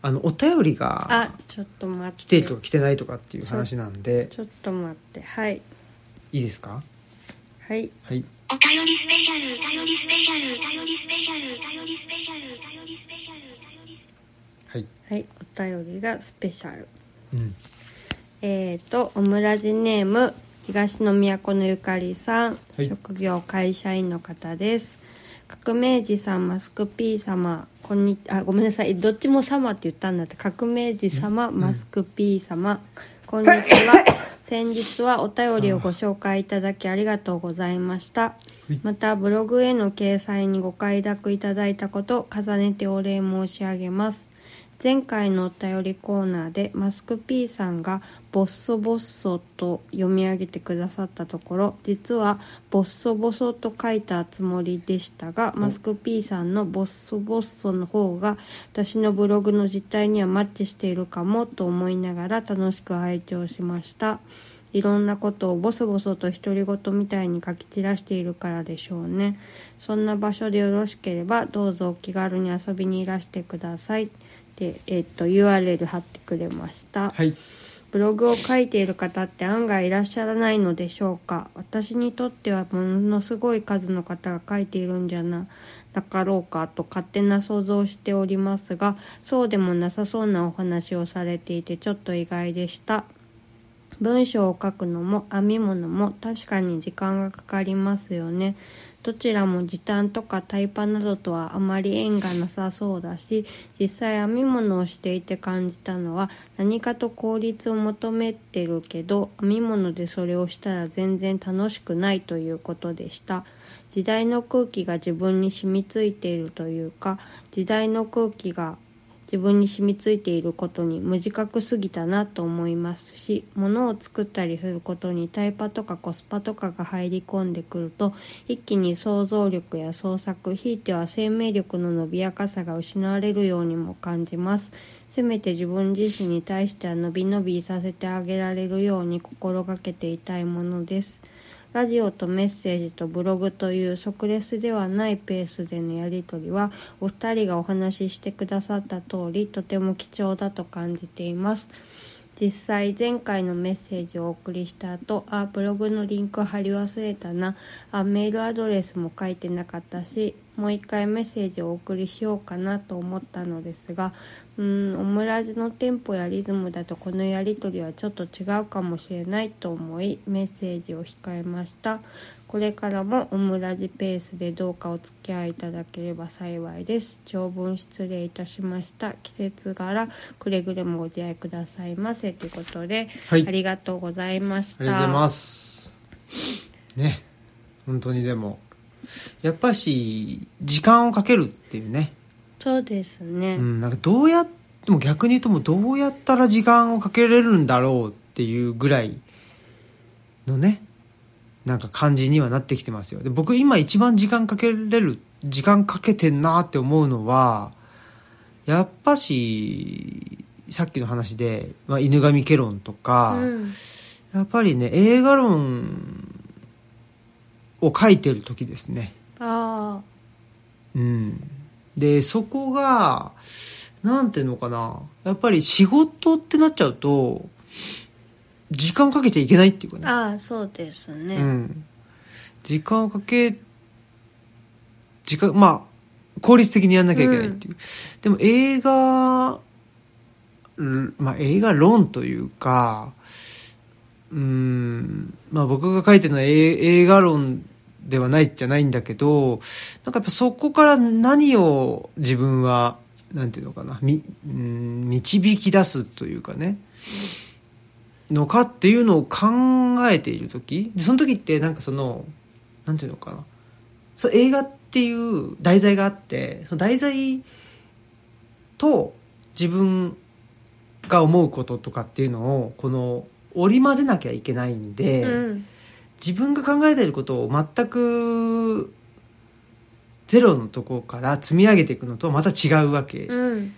あのお便りあがちょっと待って来てるとか来てないとかっていう話なんでちょっと待ってはいいいですかはいはいお便りスペシャル、お便りスペシャル、お便りスペシャル、お便りスペシャル、お便りスペシャル、お便りスペシャル。はいはいお便りがスペシャルうんえー、とオムラジネーム東の都のゆかりさん、はい職業会社員の方です革命児さんマスク P 様こんにあごめんなさいどっちも様って言ったんだって革命児様マスク P 様こんにちは先日はお便りをご紹介いただきありがとうございましたはいまたブログへの掲載にご快諾いただいたこと重ねてお礼申し上げます前回のお便りコーナーでマスク P さんが「ボッソボッソ」と読み上げてくださったところ実は「ボッソボソ」と書いたつもりでしたがマスク P さんの「ボッソボッソ」の方が私のブログの実態にはマッチしているかもと思いながら楽しく拝聴しましたいろんなことをボソボソと独り言みたいに書き散らしているからでしょうねそんな場所でよろしければどうぞお気軽に遊びにいらしてくださいで、えっと URL 貼ってくれました、はいブログを書いている方って案外いらっしゃらないのでしょうか私にとってはものすごい数の方が書いているんじゃななかろうかと勝手な想像をしておりますがそうでもなさそうなお話をされていてちょっと意外でした文章を書くのも編み物も確かに時間がかかりますよねどちらも時短とかタイパなどとはあまり縁がなさそうだし実際編み物をしていて感じたのは何かと効率を求めてるけど編み物でそれをしたら全然楽しくないということでした時代の空気が自分に染みついているというか時代の空気が自分に染みついていることに無自覚すぎたなと思いますし物を作ったりすることにタイパとかコスパとかが入り込んでくると一気に想像力や創作ひいては生命力の伸びやかさが失われるようにも感じますせめて自分自身に対しては伸び伸びさせてあげられるように心がけていたいものですラジオとメッセージとブログという即レスではないペースでのやり取りはお二人がお話ししてくださった通りとても貴重だと感じています実際前回のメッセージをお送りした後あブログのリンク貼り忘れたなあメールアドレスも書いてなかったしもう一回メッセージをお送りしようかなと思ったのですがうーんオムラジのテンポやリズムだとこのやり取りはちょっと違うかもしれないと思いメッセージを控えましたこれからもオムラジペースでどうかお付き合いいただければ幸いです長文失礼いたしました季節柄くれぐれもご自愛くださいませということで、はいありがとうございましあたりがとうございますね本当にでもやっぱし時間をかけるっていうね、そうですね、うん、なんかどうやっても逆に言うともうどうやったら時間をかけれるんだろうっていうぐらいのねなんか感じにはなってきてますよで僕今一番時間かけれる時間かけてんなって思うのはやっぱしさっきの話で、まあ、犬神ケロンとか、うんやっぱりね映画論を書いてる時ですね、ああうん、でそこがなんていうのかなやっぱり仕事ってなっちゃうと時間かけちゃいけないっていうかねああそうですね、うん、時間をかけ時間まあ効率的にやんなきゃいけないっていう、でも映画うんまあ映画論というかうーんまあ僕が書いてるのはえ映画論ではないじゃないんだけどなんかやっぱそこから何を自分はなんていうのかなみうん導き出すというかねのかっていうのを考えている時でその時ってなんかそのなんていうのかなそう映画っていう題材があってその題材と自分が思うこととかっていうのをこの織り交ぜなきゃいけないんで。うん自分が考えていることを全くゼロのところから積み上げていくのとはまた違うわけうん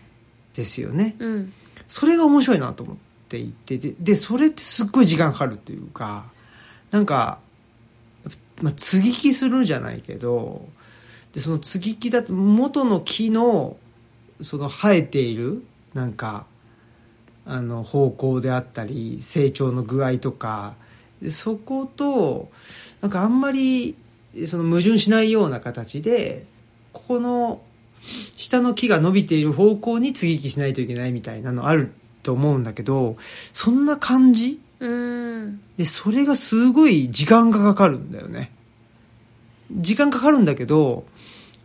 ですよね。うんそれが面白いなと思っていてででそれってすっごい時間かかるというかなんか、まあ、接ぎ木するじゃないけどでその接ぎ木だと元の木のその生えているなんかあの方向であったり成長の具合とかでそことなんかあんまりその矛盾しないような形でここの下の木が伸びている方向に接ぎ木しないといけないみたいなのあると思うんだけどそんな感じうんでそれがすごい時間がかかるんだよね時間かかるんだけど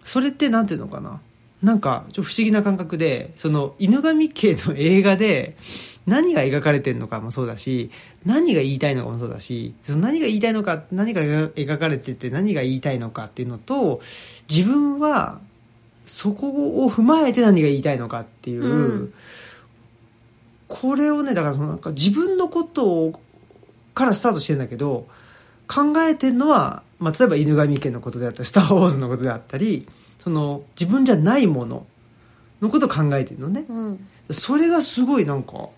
それってなんていうのかななんかちょっと不思議な感覚でその犬神系の映画で何が描かれてるのかもそうだし何が言いたいのかもそうだしその何が言いたいのか何が描かれてて何が言いたいのかっていうのと自分はそこを踏まえて何が言いたいのかっていう、うんこれをねだからそのなんか自分のことをからスタートしてんだけど考えてるのは、まあ、例えば犬神家のことであったり「スター・ウォーズ」のことであったりその自分じゃないもののことを考えてるのねうんそれがすごいなんか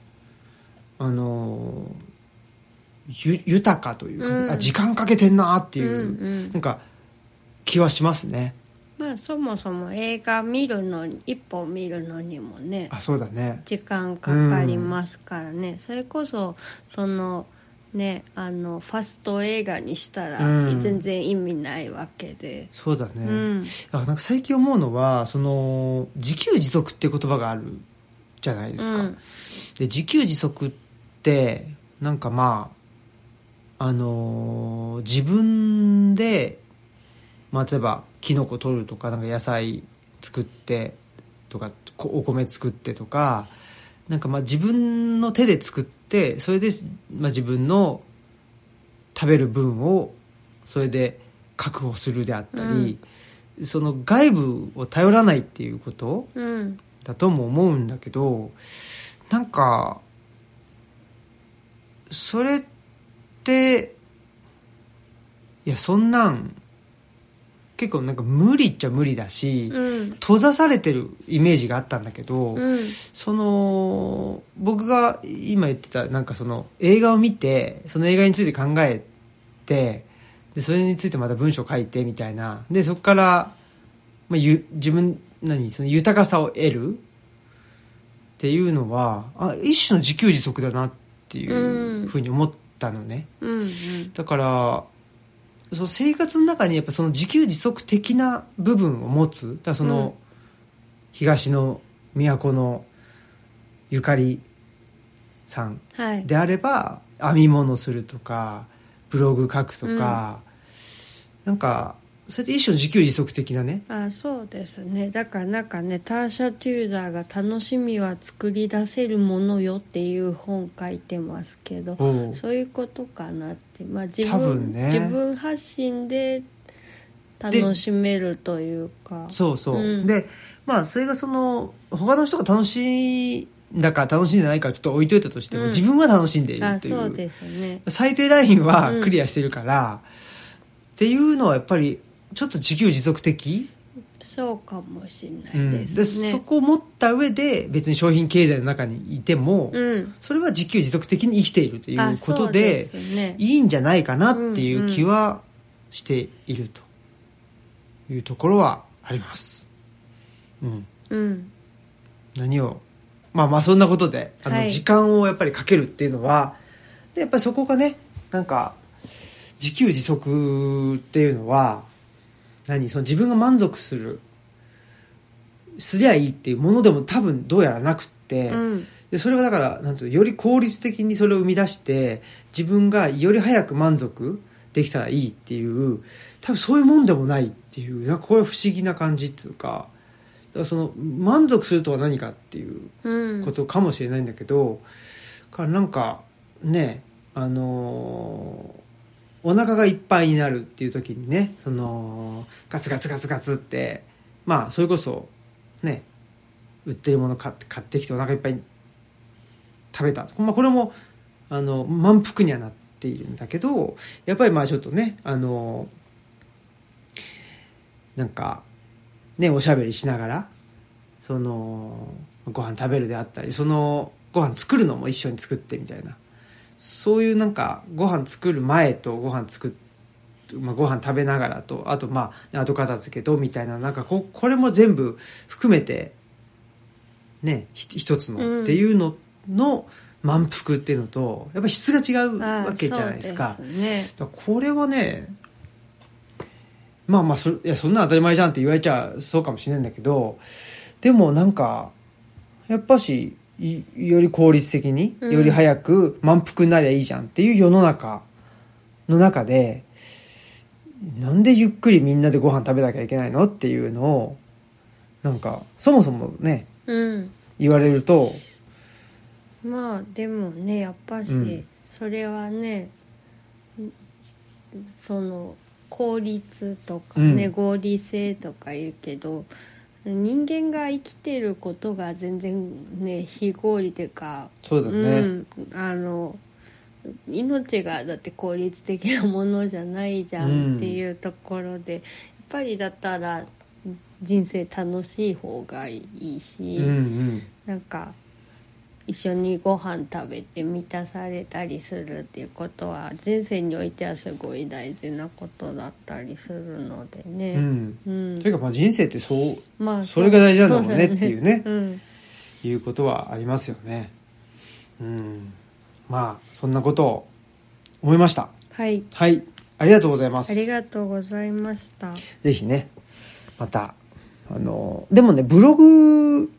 あのーゆ豊かというか、うんあ時間かけてんなーってういんう、うんなんか気はしますねまあそもそも映画見るの一本見るのにもねあそうだね時間かかりますからね、それこそそのねあのファスト映画にしたらうん全然意味ないわけで、そうだうね、んあなんか最近思うのはその自給自足って言葉があるじゃないですか、うんで自給自足ってなんかまああのー自分で、まあ、例えばキノコ取るとかなんか野菜作ってとかこお米作ってとかなんかまあ自分の手で作ってそれで、まあ、自分の食べる分をそれで確保するであったり、その外部を頼らないっていうことうんだとも思うんだけどなんかそれっていやそんなん結構なんか無理っちゃ無理だし、うん閉ざされてるイメージがあったんだけど、うんその僕が今言ってたなんかその映画を見てその映画について考えてでそれについてまた文章書いてみたいなでそこから、まあ、ゆ自分何その豊かさを得るっていうのはあ一種の自給自足だなっていうふうに思ったのね、うんだからその生活の中にやっぱその自給自足的な部分を持つだからその、うん東の都のゆかりさんはいであれば編み物するとかブログ書くとか、なんかそれって一種の自給自足的なねあそうですねだからなんかねターシャ・テューダーが「楽しみは作り出せるものよ」っていう本書いてますけどおうそういうことかなって、まあ、自多分分ね自分発信で楽しめるというかそうそう、うんでまあそれがその他の人が楽しいんだか楽しんでないかちょっと置いといたとしても、うん自分は楽しんでいるあっていうそうですね最低ラインはうんクリアしてるから、っていうのはやっぱりちょっと自給自足的そうかもしれなういんですそねこを持った上で別に商品経済の中にいても、うんそれは自給自足的に生きているというあこそとうでですねいいんじゃないかなっていう気はしているというところはあります。うん、うん何をまあまあそんなことであの、はい時間をやっぱりかけるっていうのはでやっぱりそこがねなんか自給自足っていうのは何その自分が満足するすりゃいいっていうものでも多分どうやらなくって、うんでそれはだからなんとより効率的にそれを生み出して自分がより早く満足できたらいいっていう多分そういうもんでもないっていうなんかこれ不思議な感じっていうかだからその満足するとは何かっていううんことかもしれないんだけど、からなんかねあのーお腹がいっぱいになるっていう時にねそのガツガツガツガツってまあそれこそね売ってるもの買って買ってきてお腹いっぱい食べた、まあ、これもあの満腹にはなっているんだけどやっぱりまあちょっとねあのなんかねおしゃべりしながらそのご飯食べるであったりそのご飯作るのも一緒に作ってみたいなそういうなんかご飯作る前とご飯作っまあ、ご飯食べながらとあとまあ後片付けとみたいななんかここれも全部含めてねひ一つのっていうのの満腹っていうのとやっぱり質が違うあわけじゃないですかそうですねだからこれはねまあまあそいやそんな当たり前じゃんって言われちゃそうかもしれないんだけどでもなんかやっぱしいより効率的にうんより早く満腹になりゃいいじゃんっていう世の中の中でなんでゆっくりみんなでご飯食べなきゃいけないのっていうのをなんかそもそもねうん言われるとまあでもねやっぱし、うんそれはねんその効率とかね、うん合理性とか言うけど人間が生きてることが全然ね非合理というかそうだね、ん、あの命がだって効率的なものじゃないじゃうんんっていうところで、やっぱりだったら人生楽しい方がいいし、うんうんなんか一緒にご飯食べて満たされたりするっていうことは人生においてはすごい大事なことだったりするのでうね。んうんというかまあ人生ってそうまあそれが大事なんだもんねそだっていうねうんいうことはありますよね。うん。まあ、そんなことを思いました。はいはい。ありがとうございます。ありがとうございました。ぜひね、また、あの、でもね、ブログ、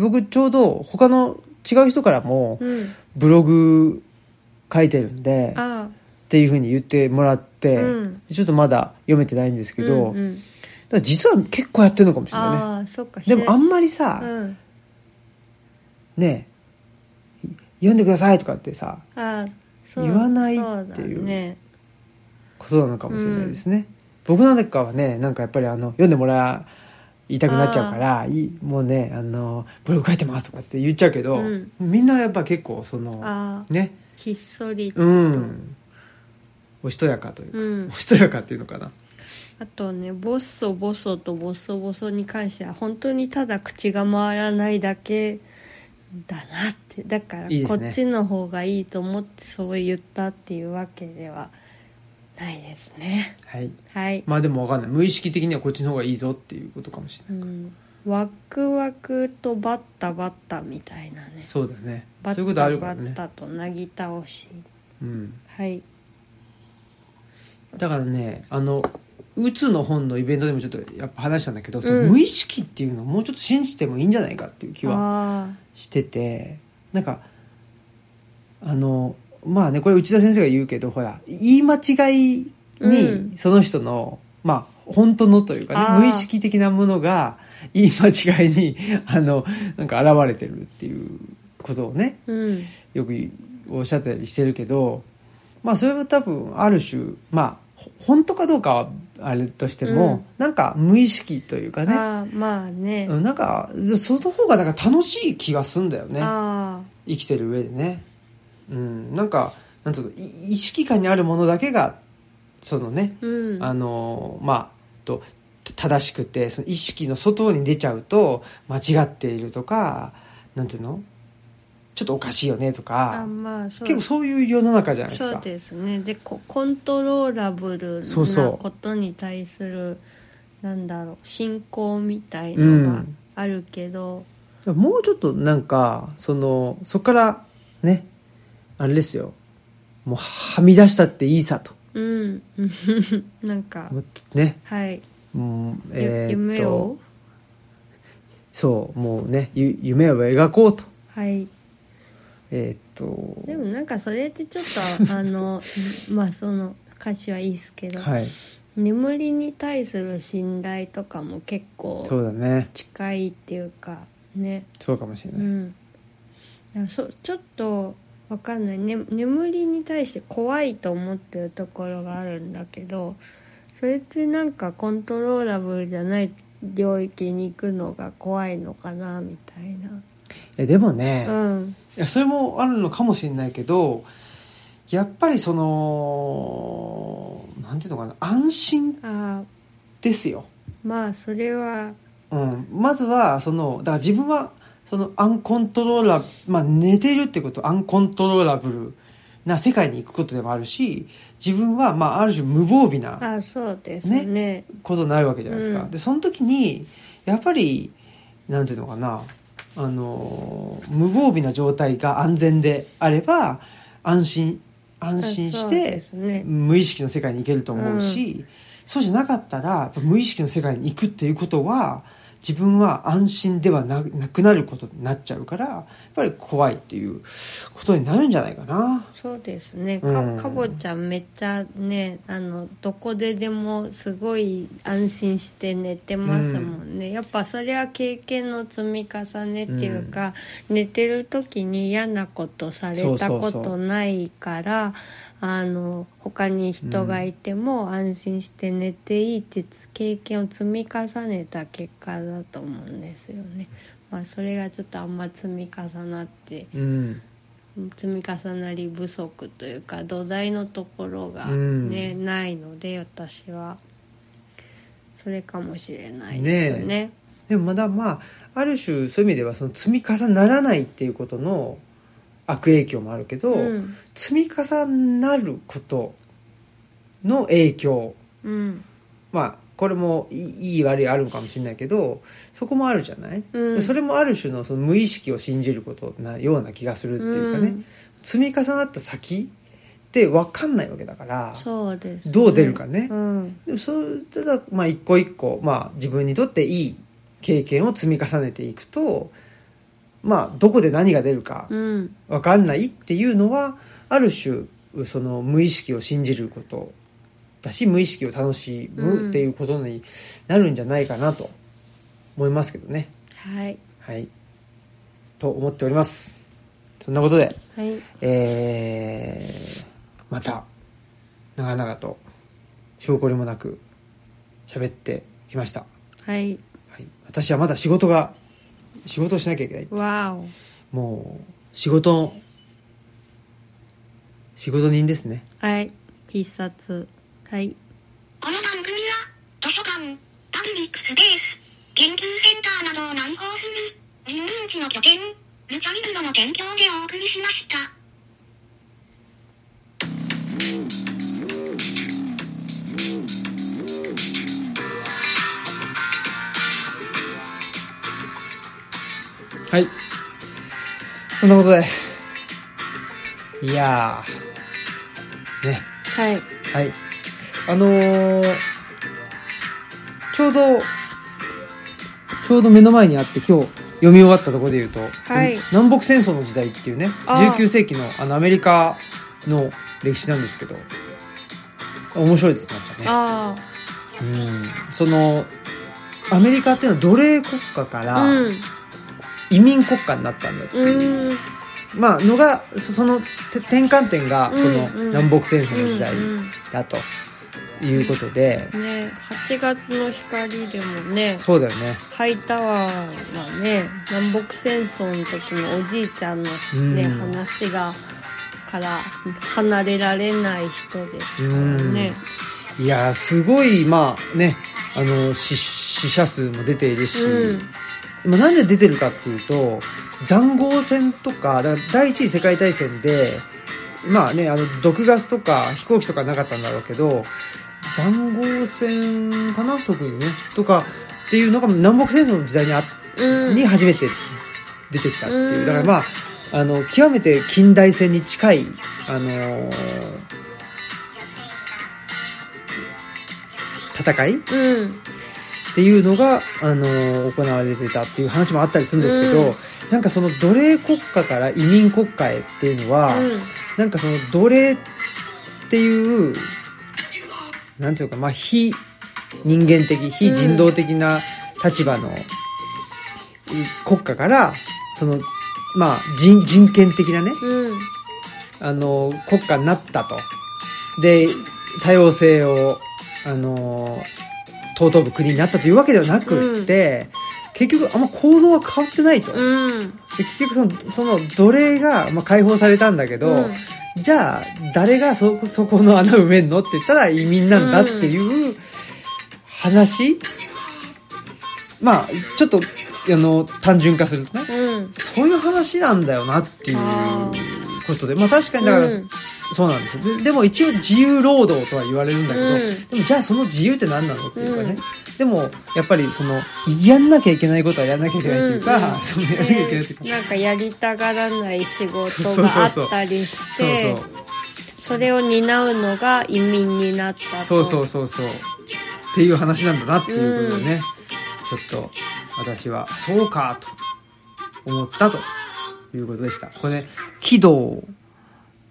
僕ちょうど他の違う人からもうん、ブログ書いてるんで、っあていうふうに言ってもらって、うんちょっとまだ読めてないんですけど、うんだうんから実は結構やってるのかもしれないね。ああそっかでもあんまり知さ、らうん、ね、読んでくださいとかってさ、ああそう言わないそっていうだねことなのかもしれないですね、僕なんかはねなんかやっぱりあの読んでもらいたくなっちゃうからいいもうねあの「ブログ書いてます」とかって言っちゃうけど、うんみんなやっぱ結構そのああねひっそりと、うんおしとやかというか、うんおしとやかっていうのかなあとねボッソボソとボッソボソに関しては本当にただ口が回らないだけだなってだからいいでこすねっちの方がいいと思ってそう言ったっていうわけではないですねはいはい、まあでもわかんない無意識的にはこっちの方がいいぞっていうことかもしれなうい、ん、ワクワクとバッタバッタみたいなねそうだよねバそういうッことあタるからバッねタとなぎ倒しうんはいだからねあのうつの本のイベントでもちょっとやっぱ話したんだけど、うん無意識っていうのをもうちょっと信じてもいいんじゃないかっていう気はあしててなんかあのまあねこれ内田先生が言うけどほら言い間違いうにその人の、まあ本当のというかねあー無意識的なものが言い間違いにあのなんか現れてるっていうことをねーうんよくおっしゃったりしてるけどまあそれは多分ある種まあほ本当かどうかはあれとしても、なんか無意識というかねああまあね、うんなんかその方がなんか楽しい気がすんだよね。あ生きてる上でね、うん、なんかなんつうのい意識下にあるものだけがそのね、あうんあのーまあと正しくてその意識の外に出ちゃうと間違っているとかなんていうのちょっとおかしいよねとあかまあそう結構そういう世の中じゃないですそうか。ですねでこコントローラブルそうそなうことに対するなんだろう信仰みたいのうがんあるけど、もうちょっとなんかそのそこからねあれですよもうはみ出したっていいさと。うん、 [LAUGHS] なんかもうね、はい、うんゆえーっと夢をそうもうねゆ夢を描こうとはいえーっとでも [LAUGHS] なんかそれってちょっとあのまあその歌詞はいいですけど、はい眠りに対する信頼とかも結そう構だね近いっていうかねそうかもしれうない、んだからそちょっとわかんない、ね、眠りに対して怖いと思ってるところがあるんだけどそれってなんかコントローラブルじゃない領域に行くのが怖いのかなみたいえでもね、なうんいやそれもあるのかもしれないけどやっぱりそのなんていうのかな安心ああですよ、まあそれはうん、まずはそのだから自分はそのアンコントローラまあ寝てるってことアンコントローラブルな世界に行くことでもあるし自分はまあある種無防備なああそうですねことになるわけじゃないですか、うんでその時にやっぱりなんていうのかなあのー無防備な状態が安全であれば安心安心あそしうでてすね無意識の世界に行けると思うし、そうじゃなかったらやっぱ無意識の世界に行くっていうことは自分は安心ではななくなることになっちゃうからやっぱり怖いっていうことになるんじゃないかな。そうですねうかんかぼちゃんめっちゃねあのどこででもすごい安心して寝てますもんね、やっぱそれは経験の積み重ねっていうか、寝てる時に嫌なことされたそうこそうそとうないからあの他に人がいても安心して寝ていいってつ経験を積み重ねた結果だと思うんですよね。まあ、それがちょっとあんま積み重なってうん積み重なり不足というか土台のところが、うんねないので私はそれかもしれないですねねでもまだまあある種そういう意味ではその積み重ならないっていうことの悪影響もあるけど、うん積み重なることの影響うんまあこれもいいいい悪いあるのかもしれないけどそこもあるじゃない、うんそれもある種のその無意識を信じることなような気がするっていうかね、うん積み重なった先って分かんないわけだからそうですね、どう出るかねうんでもそうただまあ一個一個、まあ、自分にとっていい経験を積み重ねていくとまあどこで何が出るかうん分かんないっていうのはある種その無意識を信じることだし無意識を楽しむっていうことになるんじゃないかなと思いますけどね。はいはい、と思っております。そんなことで、はいえーまた長々と証拠りもなく喋ってきました、はいはい、私はまだ仕事が仕事をしなきゃいけないわおもう仕事仕事人ですねはい必殺はいこの番組は、図書館、パブリックスペース、研究センターなどを難航する、人文地の拠点、ルチャリブロの提供でお送りしました。はいそんなことでいやーねはいはいあのーちょうどちょうど目の前にあって今日読み終わったところで言うと、はい南北戦争の時代っていうねあー19世紀のあのアメリカの歴史なんですけど面白いですねやっぱねあうんそのアメリカっていうのは奴隷国家かあらうん移民国家になったんだっていう、うんまあのがそそのて転換点がこのうんうん南北戦争の時代うんだということで、うんね8月の光でもねそうだよねハイタワーはね南北戦争の時のおじいちゃんの、ねうん話がから離れられない人ですからね、いやーすごいまあねあの死死者数も出ているし、うんまあなんで出てるかっていうと塹壕戦とかだから第一次世界大戦でまあねあの毒ガスとか飛行機とかなかったんだろうけど塹壕戦かな特にねとかっていうのが南北戦争の時代にあうんに初めて出てきたっていう、うんだからまああの極めて近代戦に近いあのー戦いうんっていうのが、あのー行われてたっていう話もあったりするんですけど、うんなんかその奴隷国家から移民国家へっていうのは、うんなんかその奴隷っていうなんていうかまあ非人間的非人道的な立場の国家からそのまあ人人権的なねうんあの国家になったとで多様性をあの尊ぶ国になったというわけではなくって、結局あんま構造は変わってないと、でうん結局そのその奴隷が、まあ、解放されたんだけど、うんじゃあ誰がそそこの穴埋めんのって言ったら移民なんだっていう話、まあちょっとあの単純化するとね、うんそういう話なんだよなっていうあことでまあ確かにだから、うんそうなんですよででも一応自由労働とは言われるんだけど、うんでもじゃあその自由って何なのっていうかね、うんでもやっぱりそのやんなきゃいけないことはやんなきゃいけないっていうか、うんそのやんなきゃいけないっていうか、なんかやりたがらないそ仕事うそうそがうあそうったりしそうてそうそれを担うのが移民になったとそうそうそうそうっていう話なんだなっていうことでね、ちょっと私はそうかと思ったということでしたこれ、ね、木戸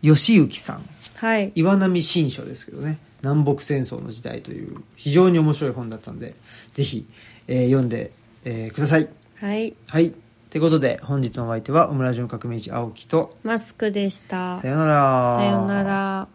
義行さんはい岩波新書ですけどね南北戦争の時代という非常に面白い本だったんでぜひ、えー読んで、えーくださいはいはいってことで本日のお相手はオムラジオの革命児青木とマスクでしたさようならさよなら